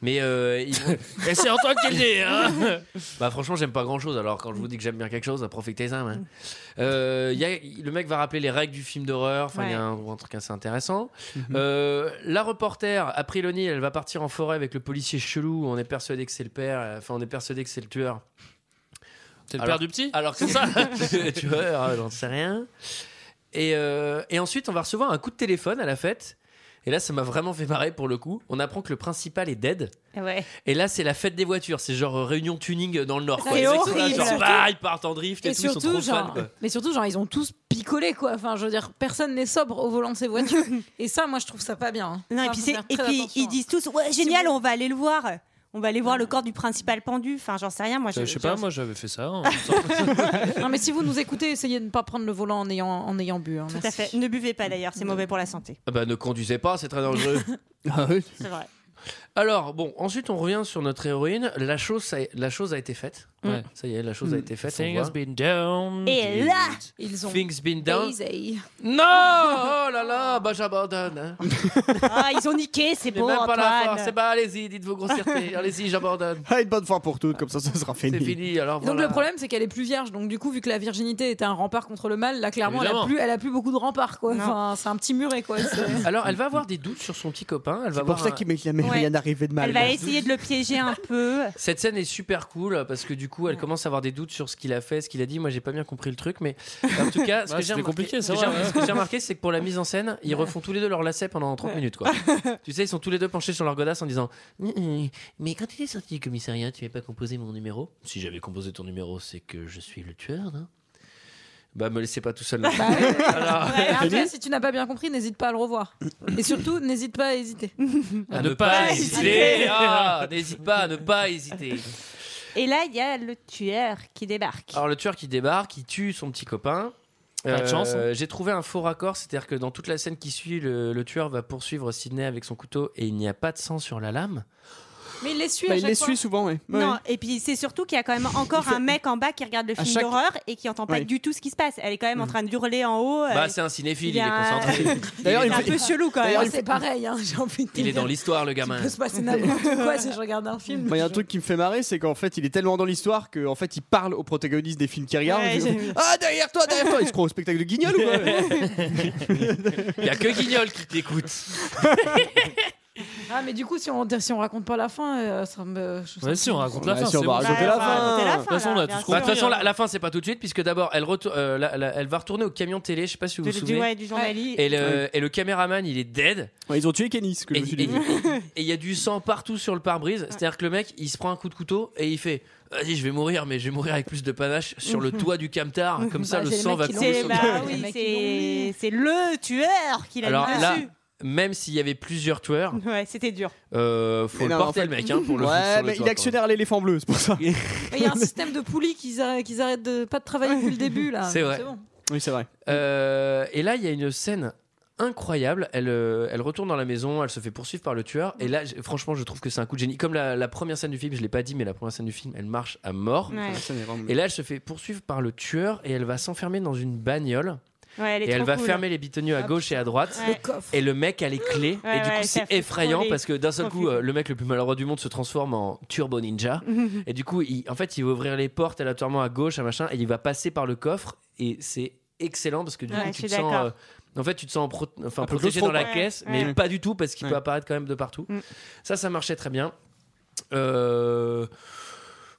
K: Mais euh, ils vont-
D: Et c'est Antoine qui le dit, hein
K: Bah franchement, j'aime pas grand chose. Alors quand je vous dis que j'aime bien quelque chose, profitez-en. hein. Euh, y a- le mec va rappeler les règles du film d'horreur. Enfin, il y a un, un truc assez intéressant. Euh, la reporter après le Nil, elle va partir en forêt avec le policier chelou. On est persuadé que c'est le père. euh, Enfin, on est persuadé que c'est le tueur.
D: C'est le
K: Alors-
D: père du petit
K: Alors que
D: C'est ça
K: tu vois, euh, j'en sais rien. Et, euh, et ensuite, on va recevoir un coup de téléphone à la fête. Et là, ça m'a vraiment fait marrer pour le coup. On apprend que le principal est dead.
A: Ouais.
K: Et là, c'est la fête des voitures. C'est genre euh, réunion tuning dans le Nord.
J: C'est
K: quoi. Les mecs sont là,
J: horrible.
K: genre,
J: Surtout-
K: bah, ils partent en drift et,
J: Et
K: tout, ils sont
J: surtout,
K: trop
J: genre,
K: fans. quoi.
J: mais surtout, genre, ils ont tous picolé, quoi. Enfin, je veux dire, personne n'est sobre au volant de ses voitures. et ça, moi, je trouve ça pas bien. hein.
A: Non, et
J: Ça,
A: puis,
J: faut
A: c'est-
J: faire
A: et
J: très
A: puis
J: attention,
A: ils
J: hein.
A: disent tous Ouais, génial, on va aller le voir. On va aller voir le corps du principal pendu. Enfin, j'en sais rien. Moi, je,
D: Je, sais pas, moi j'avais fait ça. hein.
J: non, mais si vous nous écoutez, essayez de ne pas prendre le volant en ayant, en ayant bu. hein.
A: Tout à fait. Ne buvez pas d'ailleurs, c'est mauvais pour la santé.
K: Ah bah, ne conduisez pas, c'est très dangereux.
H: Ah
A: C'est vrai.
K: Alors, bon, ensuite, on revient sur notre héroïne. La chose, ça- la chose a été faite.
D: Ouais.
K: Ça y est, la chose a
D: Mm.
K: été faite.
D: Thing
K: on voit.
D: has been down.
A: Et là,
J: ils ont.
K: Things been down.
J: baisé.
K: Non Oh là là, bah j'abandonne. hein.
A: Ah, ils ont niqué, c'est
K: Mais
A: beau,
K: même pas la
A: Antoine.
K: force. Eh bah, allez-y, dites vos grossièretés. allez-y, j'abandonne.
H: Ah, une bonne fois pour toutes, comme ça, ça sera fini.
K: C'est fini. Alors
J: Donc
K: voilà.
J: le problème c'est qu'elle est plus vierge donc du coup vu que la virginité était un rempart contre le mal là clairement elle a,
K: Évidemment.
J: plus, elle a plus beaucoup de remparts quoi enfin, c'est un petit muret quoi C'est-
K: Alors, elle va avoir des doutes sur son petit copain. Elle va
H: C'est pour
K: avoir
H: ça
K: un-
H: qu'il m'est jamais
A: Ouais.
H: rien arrivé de mal.
A: Elle va essayer de le piéger un peu.
K: Cette scène est super cool parce que du coup, elle commence à avoir des doutes sur ce qu'il a fait, ce qu'il a dit. Moi, j'ai pas bien compris le truc, mais en tout cas, ce
D: Ouais,
K: que j'ai
D: c'était
K: remarqué,
D: compliqué, ça
K: ce que j'ai-
D: va, ouais.
K: ce que j'ai remarqué, c'est que pour la mise en scène, ils refont tous les deux leur lacet pendant 30 minutes. Quoi. tu sais, ils sont tous les deux penchés sur leur godasse en disant Hum, hum, Mais quand il est sorti du commissariat, tu n'avais pas composé mon numéro Si j'avais composé ton numéro, c'est que je suis le tueur, non Bah, me laissez pas tout seul là. Alors,
J: Ouais, en tout cas, si tu n'as pas bien compris n'hésite pas à le revoir et surtout n'hésite pas à hésiter
K: à ne pas hésiter Ah, N'hésite pas à ne pas hésiter
A: Et là, il y a le tueur qui débarque.
K: Alors le tueur qui débarque, il tue son petit copain. Euh,
D: Pas de chance, hein.
K: J'ai trouvé un faux raccord, c'est-à-dire que dans toute la scène qui suit, le, le tueur va poursuivre Sidney avec son couteau et il n'y a pas de sang sur la lame.
A: Mais il les suit
H: Bah, à il chaque les fois. suit souvent, ouais. Ouais,
A: Non,
H: ouais.
A: et puis c'est surtout qu'il y a quand même encore un mec en bas qui regarde le
H: À
A: film
H: chaque-
A: d'horreur et qui entend pas
H: Ouais.
A: du tout ce qui se passe. Elle est quand même en train de hurler en haut.
K: Bah,
A: euh,
K: c'est un cinéphile,
A: il
K: il,
A: y
K: est
A: a-
K: concentré.
A: il est
K: dans-
A: un peu chelou quand même.
J: Moi, c'est pareil, hein, j'ai envie de te
K: Il est
J: dire.
K: dans l'histoire, le gamin.
J: Il peut se passer n'importe quoi si je regarde un film.
K: Bah,
H: Moi, Il y a un truc qui me fait marrer, c'est qu'en fait, il est tellement dans l'histoire qu'en fait, il parle aux protagonistes des films qu'il regarde.
J: Ouais,
H: Il fait,
J: j'ai-
H: ah, derrière toi, derrière toi Il se croit au spectacle de Guignol ou quoi
K: Il y a que Guignol qui t'écoute.
J: Ah, mais du coup, si on, si on raconte pas la fin, euh, ça me. je-
D: Ouais, si, on raconte la
H: Bah,
D: fin.
H: si, on
D: c'est
H: va
D: bon.
H: raconter Bah, la on va fin. raconter la
D: De toute
H: fin,
D: façon, on
H: là,
D: a hein.
H: bien
D: tout ce
H: sûr.
D: qu'on
K: Bah, De toute façon, la,
D: là.
K: la fin, c'est pas tout de suite, puisque d'abord, elle, retour- euh, la- la- elle va retourner au camion de télé, je sais pas si vous vous
A: Du- du-
K: souvenez.
A: ouais, du journaliste.
K: Et le,
A: Ouais.
K: et le caméraman, il est dead.
H: ils ont tué Kenny, ce que
K: et, je me suis dit. Et il y a du sang partout sur le pare-brise. C'est-à-dire que le mec, il se prend un coup de couteau et il fait Vas-y, je vais mourir, mais je vais mourir avec plus de panache sur le toit du camtar. Comme ça,
A: Bah,
K: le
A: c'est les
K: sang
A: mecs
K: va
A: qui
K: couler
A: l'ont-
K: sur
A: Bah
K: le
A: oui, c'est- C'est le tueur qui l'a
K: Alors
A: mis
K: là,
A: dessus.
K: même s'il y avait plusieurs tueurs,
A: Ouais, c'était dur.
K: euh, faut
H: Mais
K: le
H: non,
K: porter
H: en fait-
K: le mec hein, pour le foutre
H: Ouais,
K: sur le
H: mais
K: toit,
H: il est actionnaire à l'éléphant bleu, c'est pour ça.
J: Mais Il y a un système de poulies qu'ils arrêtent, qu'ils arrêtent de pas de travailler depuis le début là.
K: C'est vrai.
J: bon.
H: Oui, c'est vrai.
K: Euh, et là, il y a une scène incroyable. Elle, euh, elle retourne dans la maison, elle se fait poursuivre par le tueur. Et là, j- franchement, je trouve que c'est un coup de génie. Comme la, la première scène du film, je l'ai pas dit, mais la première scène du film, elle marche à mort.
A: Ouais. La
H: scène est vraiment
K: Et là, elle se fait poursuivre par le tueur et elle va s'enfermer dans une bagnole.
A: Ouais, elle est
K: et elle
A: trop
K: va
A: cool.
K: fermer les bitonieux à gauche et à droite.
A: Ouais. Le coffre.
K: Et le mec a les clés.
A: Ouais,
K: et du
A: ouais,
K: coup,
A: ça
K: c'est
A: fait
K: effrayant
A: trop
K: parce que d'un seul
A: trop
K: coup, euh, le mec le plus malheureux du monde se transforme en turbo ninja. et du coup, il- en fait, il va ouvrir les portes aléatoirement à gauche, à machin, et il va passer par le coffre. Et c'est excellent parce que du
D: Ouais,
K: coup,
D: je
K: tu
D: suis
K: te sens.
D: d'accord.
K: euh, en fait, tu te sens pro- enfin,
D: Un peu
K: protégé dans la
D: claustrophobe. Ouais,
K: caisse,
D: ouais. Mm.
K: mais
D: Ouais.
K: pas du tout parce qu'il peut
D: Ouais.
K: apparaître quand même de partout. Ça, ça marchait très bien. Euh,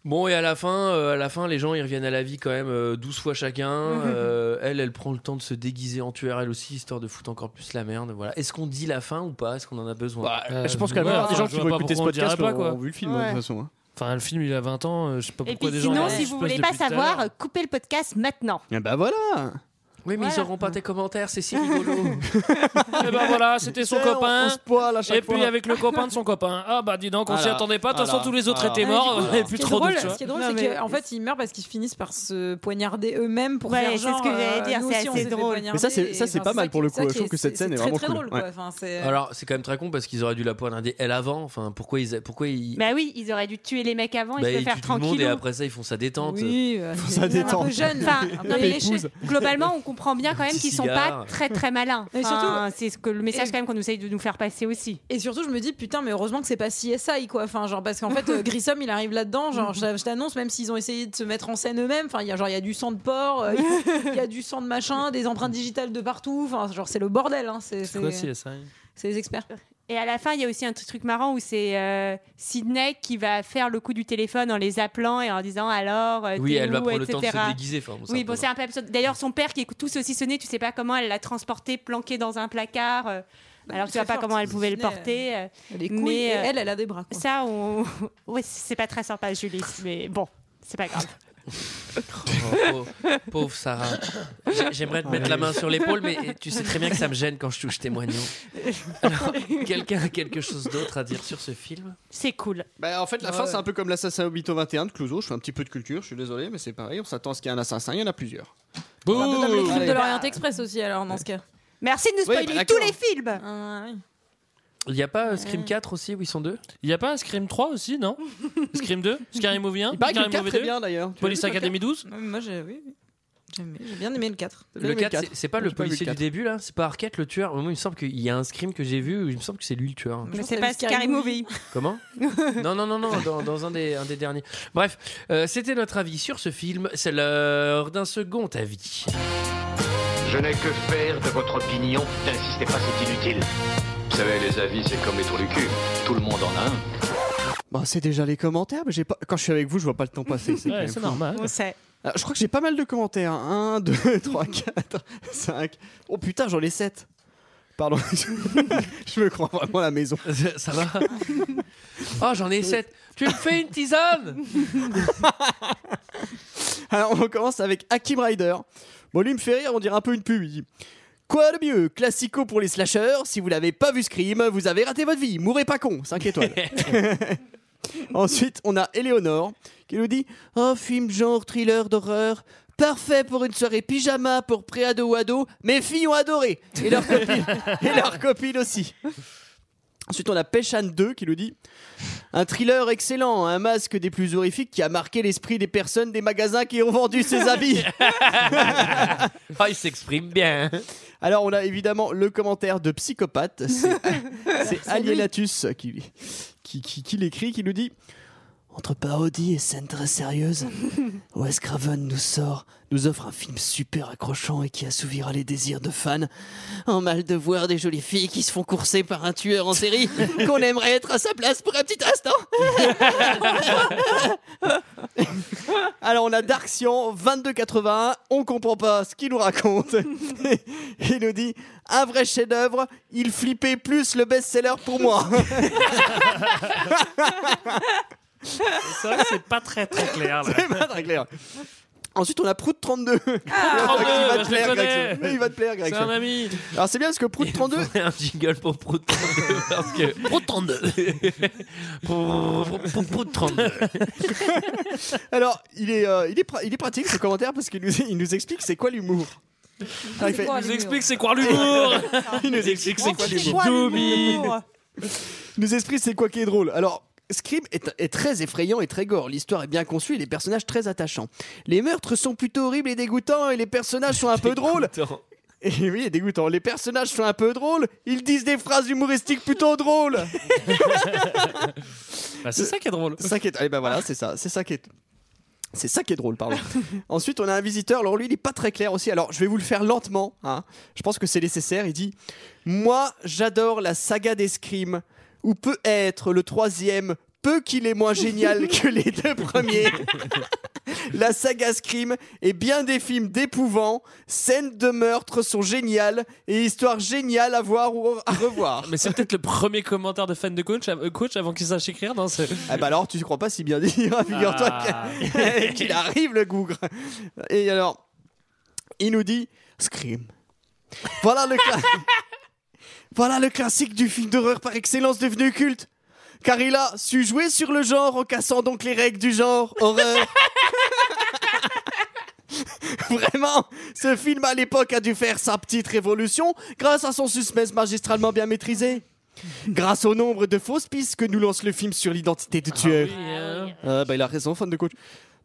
K: Bon et à la fin, euh, à la fin, les gens ils reviennent à la vie quand même euh, 12 fois chacun.
D: Mm-hmm.
K: Euh, elle, elle prend le temps de se déguiser en tueur elle aussi, histoire de foutre encore plus la merde. Voilà. Est-ce qu'on dit la fin ou pas Est-ce qu'on en a besoin
D: Euh,
H: je pense que la plupart des
D: enfin,
H: gens
D: je
H: qui
D: vois
H: vont
D: pas
H: écouter ce
D: pourquoi on le
H: podcast
D: dirait pas,
H: l'ont-
D: quoi.
H: ont vu le film, hein, de toute façon. hein.
D: Enfin, le film, il a 20 ans. euh, je sais pas
A: Et
D: pourquoi
A: puis
D: des gens.
A: sinon,
D: regardent
A: si
D: ce
A: vous
D: qui se
A: voulez
D: passe
A: pas
D: depuis tout à
A: savoir,
D: l'heure.
A: euh, coupez le podcast maintenant.
H: Et bah voilà
K: Oui, mais ils auront pas tes commentaires, c'est si rigolo.
D: Eh ben voilà, c'était son
K: Ouais, on-
D: copain.
K: on se poil à chaque
D: et puis
K: fois.
D: avec le copain de son copain. Ah bah dis donc, on s'y
K: Voilà.
D: attendait pas. De toute façon,
K: Voilà.
D: tous les autres
K: Voilà.
D: étaient morts.
K: Ouais, du
D: On
K: coup,
D: avait plus
J: Ce qui est
D: trop
J: drôle,
D: de choix.
J: ce qui est drôle,
A: Non,
J: c'est
A: mais-
J: qu'en fait, ils meurent parce qu'ils finissent par se poignarder eux-mêmes pour
A: Ouais,
J: faire
A: c'est
J: genre. euh,
A: ce que j'allais dire,
J: nous
A: c'est
J: aussi, on
A: assez
J: s'est fait
A: drôle.
J: poignarder.
H: Mais ça, c'est- ça, c'est
J: Enfin,
H: pas mal
J: qui-
H: pour le
J: ça
H: coup. Je
J: qui
H: trouve que cette scène est
J: très,
H: vraiment
J: très
H: cool.
J: drôle, quoi.
H: Ouais.
J: Enfin, c'est- euh,
K: Alors c'est quand même très con parce qu'ils auraient dû la poignarder elle avant. Eh, Enfin pourquoi ils pourquoi ils
A: Bah oui, ils auraient dû tuer les mecs avant,
K: bah,
A: ils se
K: ils
A: faire
K: tuent tout le monde
A: tranquille.
K: et après ça ils font sa détente.
J: Oui, euh, Font sa ils sont un détente. peu jeunes,
A: Enfin,
J: un peu
A: non, mais
J: épouse.
A: globalement, on comprend bien quand même
K: Petit
A: qu'ils sont
K: cigare.
A: pas très très malins.
J: Et
A: Enfin,
J: surtout-
A: c'est ce que le message quand même qu'on essaye de nous faire passer aussi.
J: Et surtout, je me dis, putain, mais heureusement que c'est pas CSI, quoi. Enfin, genre, parce qu'en fait, euh, Grissom, il arrive là-dedans. Genre, je, je t'annonce, même s'ils ont essayé de se mettre en scène eux-mêmes, enfin, il y a, genre, il y a du sang de porc, euh, il y a du sang de machin, des empreintes digitales de partout. Enfin, genre, c'est le bordel, hein. C'est
D: Quoi, CSI
J: c'est les experts.
A: Et à la fin, il y a aussi un petit truc marrant où c'est euh, Sydney qui va faire le coup du téléphone en les appelant et en disant alors. euh,
K: Oui,
A: t'es
K: elle va
A: où,
K: prendre le temps de se
A: etc..
K: déguiser, enfin, bon, c'est un
A: oui,
K: peu
A: bon, c'est un peu absurde. D'ailleurs, son père qui est tout saucissonné, tu sais pas comment elle l'a transporté, planqué dans un placard. euh, alors, tu
J: Bah, très
A: vois pas
J: forte,
A: comment elle pouvait le
J: Sydney,
A: porter. euh,
J: Elle est couille, et
A: euh,
J: elle, elle a des bras. quoi.
A: Ça, on... ouais, c'est pas très sympa, Julie, mais bon, c'est pas grave.
K: Oh, pauvre, pauvre Sarah. J'ai- J'aimerais te mettre la main sur l'épaule, mais tu sais très bien que ça me gêne quand je touche tes moignons. Alors, quelqu'un a quelque chose d'autre à dire sur ce film
A: C'est cool.
H: Bah, en fait, la
K: Ouais,
H: fin,
K: ouais.
H: c'est un peu comme l'assassin Obito 21 de Clouseau. Je fais un petit peu de culture, je suis désolé, mais c'est pareil. On s'attend à ce qu'il y ait un assassin, il y en a plusieurs.
J: Enfin, notamment les films
H: Allez.
J: de l'Orient Express aussi, alors, dans ce cas.
A: Merci de nous
J: Oui, bah,
A: spoiler
J: d'accord.
A: tous les films
J: Ah,
K: Il n'y a pas euh, Scream 4 aussi où ils sont deux
D: Il y a pas un Scream 3 aussi, non Scream 2 Scary Movie 1
H: Il paraît que le
D: Scary
H: 4
D: Movie
H: est
D: 2,
H: bien, d'ailleurs. Tu
D: Police
H: l'as vu, le
D: Academy 12
J: Ouais, Moi, j'ai oui, oui. J'ai aimé- j'ai bien aimé le 4.
K: Le 4, c'est- c'est pas le
H: J'ai pas vu le
K: policier du
H: quatre.
K: début là C'est pas Arquette le tueur Moi, il me semble qu'il y a un Scream que j'ai vu où il me semble que c'est lui le tueur.
A: Mais c'est pas Scary Movie.
K: Comment Non, non, non, non, dans, dans un, des, un des derniers. Bref, euh, c'était notre avis sur ce film. C'est l'heure d'un second avis.
L: Je n'ai que faire de votre opinion. N'insistez pas, c'est inutile. Vous savez, les avis, c'est comme les trous du cul. Tout le monde en a un.
H: Bon, Bah, c'est déjà les commentaires, mais j'ai pas... quand je suis avec vous, je vois pas le temps passer. C'est
D: Ouais,
H: quand même
D: c'est
H: fou.
D: normal. On
A: sait.
H: Alors, je crois que j'ai pas mal de commentaires. 1, 2, 3, 4, 5. Oh putain, j'en ai 7. Pardon, je me crois vraiment à la maison.
K: Ça va Oh, j'en ai 7. Tu me fais une tisane
H: Alors, on commence avec Hakim Rider. Bon, lui, il me fait rire, on dirait un peu une pub. il dit, Quoi de mieux Classico pour les slashers. Si vous n'avez pas vu Scream, vous avez raté votre vie. Mourrez pas con. 5 étoiles. Ensuite, on a Eleonore qui nous dit Oh, film genre thriller d'horreur. Parfait pour une soirée pyjama pour pré-ado ou ado. Mes filles ont adoré. Et leurs copines, et leurs copines aussi. Ensuite, on a Peshan 2 qui nous dit Un thriller excellent, un masque des plus horrifiques qui a marqué l'esprit des personnes des magasins qui ont vendu ses habits.
K: Ah, il s'exprime bien.
H: Alors, on a évidemment le commentaire de Psychopathe. C'est- C'est Aliénatus qui, qui, qui, qui l'écrit, qui nous dit Entre parodie et scène très sérieuse, Wes Craven nous sort, nous offre un film super accrochant et qui assouvira les désirs de fans. En mal de voir des jolies filles qui se font courser par un tueur en série qu'on aimerait être à sa place pour un petit instant. Alors on a Darxian 2281, on comprend pas ce qu'il nous raconte. Il nous dit un vrai chef-d'œuvre, il flippait plus le best-seller pour moi.
D: C'est vrai que c'est pas très très clair. Là.
H: C'est pas très clair. Ensuite, on a Prout 32.
D: Prout 32,
H: il
D: bah,
H: va te
D: je
H: plaire,
D: le connais.
H: Greg. Oui, Il va te plaire, Greg.
D: C'est un ami.
H: Alors, c'est bien parce que Prout 32.
K: un jingle pour Prout 32. Parce que... Prout 32. Prout 32.
H: Alors, il est, euh, il est, pra- il est pratique ce commentaire parce qu'il nous, il nous explique c'est quoi l'humour. Alors, il fait-
D: Il nous explique c'est quoi l'humour.
H: Il nous explique c'est quoi l'humour. Nous explique c'est quoi qui est drôle. Alors. Scream est, est très effrayant et très gore. L'histoire est bien conçue et les personnages très attachants. Les meurtres sont plutôt horribles et dégoûtants et les personnages sont un peu drôles. Et oui, et dégoûtants. Les personnages sont un peu drôles. Ils disent des phrases humoristiques plutôt drôles.
D: c'est ça qui est drôle.
H: C'est ça qui est. eh ben voilà, c'est ça. C'est ça qui est. C'est ça qui est drôle, pardon. Ensuite, on a un visiteur. Alors lui, il est pas très clair aussi. Alors, je vais vous le faire lentement. hein. Je pense que c'est nécessaire. Il dit Moi, j'adore la saga d'escrime, où peut être le troisième, peu qu'il est moins génial que les deux premiers. La saga Scream et bien des films d'épouvant, scènes de meurtre sont géniales et histoires géniales à voir ou à revoir.
D: Mais c'est peut-être le premier commentaire de fan de coach, euh, coach avant qu'il sache écrire. Non, c'est-
H: Ah bah alors, tu ne crois pas si bien dire, hein, figure-toi
D: Ah.
H: que- qu'il arrive le gougre. Et alors, il nous dit Scream. Voilà le, cla- voilà le classique du film d'horreur par excellence devenu culte. Car il a su jouer sur le genre en cassant donc les règles du genre horreur. Vraiment, ce film à l'époque a dû faire sa petite révolution grâce à son suspense magistralement bien maîtrisé. Grâce au nombre de fausses pistes que nous lance le film sur l'identité du tueur. Ah, bah il a raison, fan de coach.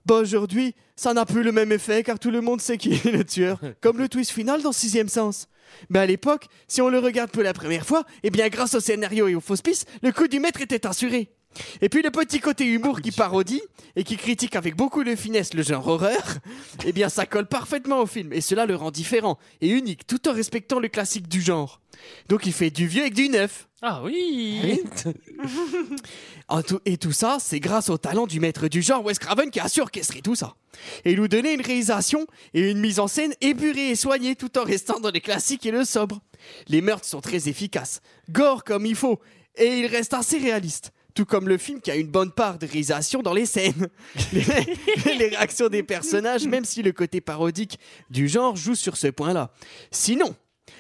H: Bah aujourd'hui, ça n'a plus le même effet car tout le monde sait qui est le tueur, comme le twist final dans Sixième Sens. Mais à l'époque, si on le regarde peu la première fois, eh bien grâce au scénario et aux fausses pistes, le coup du maître était assuré. Et puis le petit côté humour qui parodie et qui critique avec beaucoup de finesse le genre horreur, eh bien ça colle parfaitement au film et cela le rend différent et unique tout en respectant le classique du genre. Donc il fait du vieux avec du neuf.
D: Ah oui.
H: En tout- Et tout ça, c'est grâce au talent du maître du genre Wes Craven qui a su orchestrer tout ça. Et nous donner une réalisation et une mise en scène épurée et soignée tout en restant dans les classiques et le sobre. Les meurtres sont très efficaces, gore comme il faut, et ils restent assez réalistes. Tout comme le film qui a une bonne part de réalisation dans les scènes. Les, les réactions des personnages, même si le côté parodique du genre joue sur ce point-là. Sinon,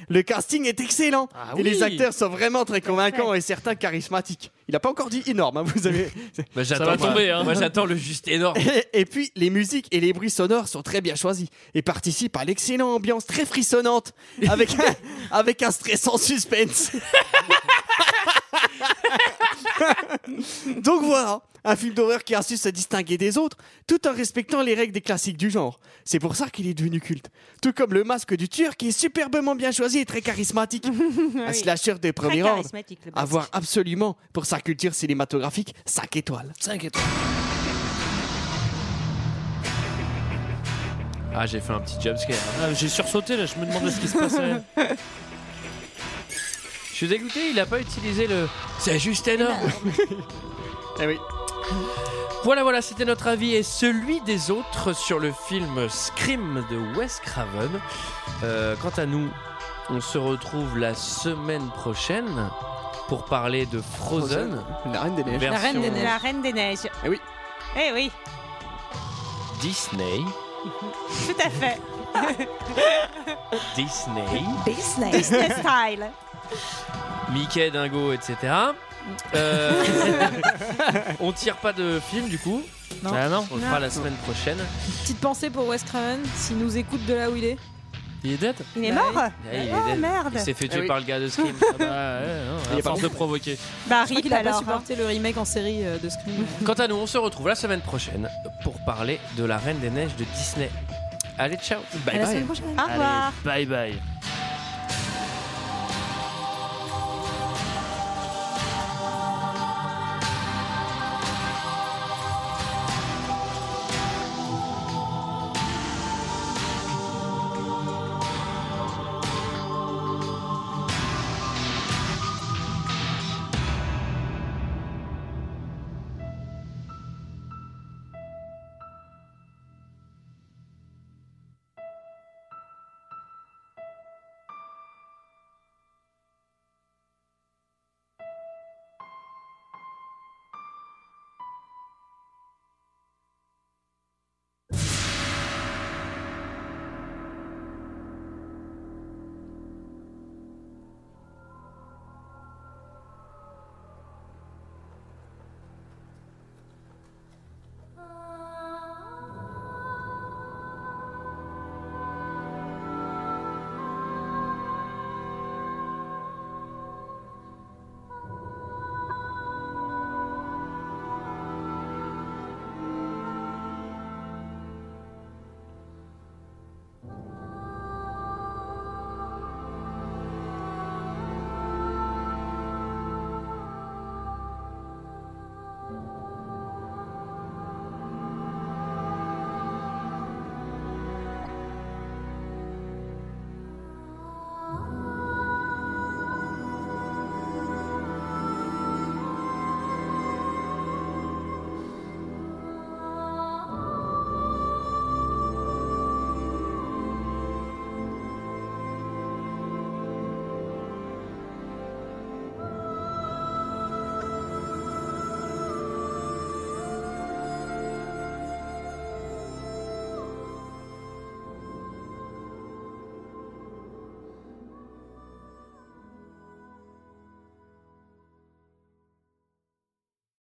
H: le casting est excellent
D: Ah
H: et les
K: Ah oui.
H: acteurs sont vraiment très convaincants et certains charismatiques. Il n'a pas encore dit énorme, hein, vous avez.
K: Bah,
D: Ça
K: j'attends,
D: va
K: moi-
D: tomber, hein.
K: Moi, j'attends le juste énorme.
H: Et, et puis, les musiques et les bruits sonores sont très bien choisis et participent à l'excellente ambiance très frissonnante avec un, avec un stressant suspense. Donc voilà, un film d'horreur qui a su se distinguer des autres tout en respectant les règles des classiques du genre. C'est pour ça qu'il est devenu culte. Tout comme le masque du tueur qui est superbement bien choisi et très charismatique. Un
A: Oui.
H: slasher de premier ordre.
A: charismatique, le
H: À voir absolument pour sa culture cinématographique 5 étoiles. 5 étoiles.
K: Ah, j'ai fait un petit jumpscare.
D: Ah, J'ai sursauté là, je me demandais ce qui se passait.
K: Je suis dégoûté, il a pas utilisé le. C'est juste énorme.
H: eh oui.
K: Voilà, voilà, c'était notre avis et celui des autres sur le film Scream de Wes Craven. Euh, quant à nous, on se retrouve la semaine prochaine pour parler de Frozen.
H: La Reine des Neiges.
A: La reine, des, la reine des neiges.
H: Eh oui.
A: Eh oui,
K: Disney.
A: tout à fait.
K: Disney.
A: Disney. Disney style.
K: Mickey, Dingo, etc. Euh, on tire pas de film du coup.
J: Non.
K: Ah non, on le fera
J: Non.
K: la semaine prochaine.
J: Petite pensée pour Wes Craven, s'il nous écoute de là où il est.
K: Il
D: Il est dead
A: Il est mort
D: Ah, il est
A: Oh,
D: dead.
A: merde.
D: Il s'est fait
A: Ah
D: tuer
A: oui.
D: par le gars de Scream. Ah bah, ouais, non,
A: Il
D: à
A: est pas
D: force
A: bon.
D: de provoquer.
A: Bah,
J: Je crois
A: rip,
J: qu'il a pas
A: alors,
J: supporté le remake en série euh, de Scream.
K: Quant à nous, on se retrouve la semaine prochaine pour parler de la Reine des Neiges de Disney. Allez, ciao. Bye
J: À la
K: bye.
J: semaine prochaine. Au
K: Allez,
J: revoir.
K: bye bye.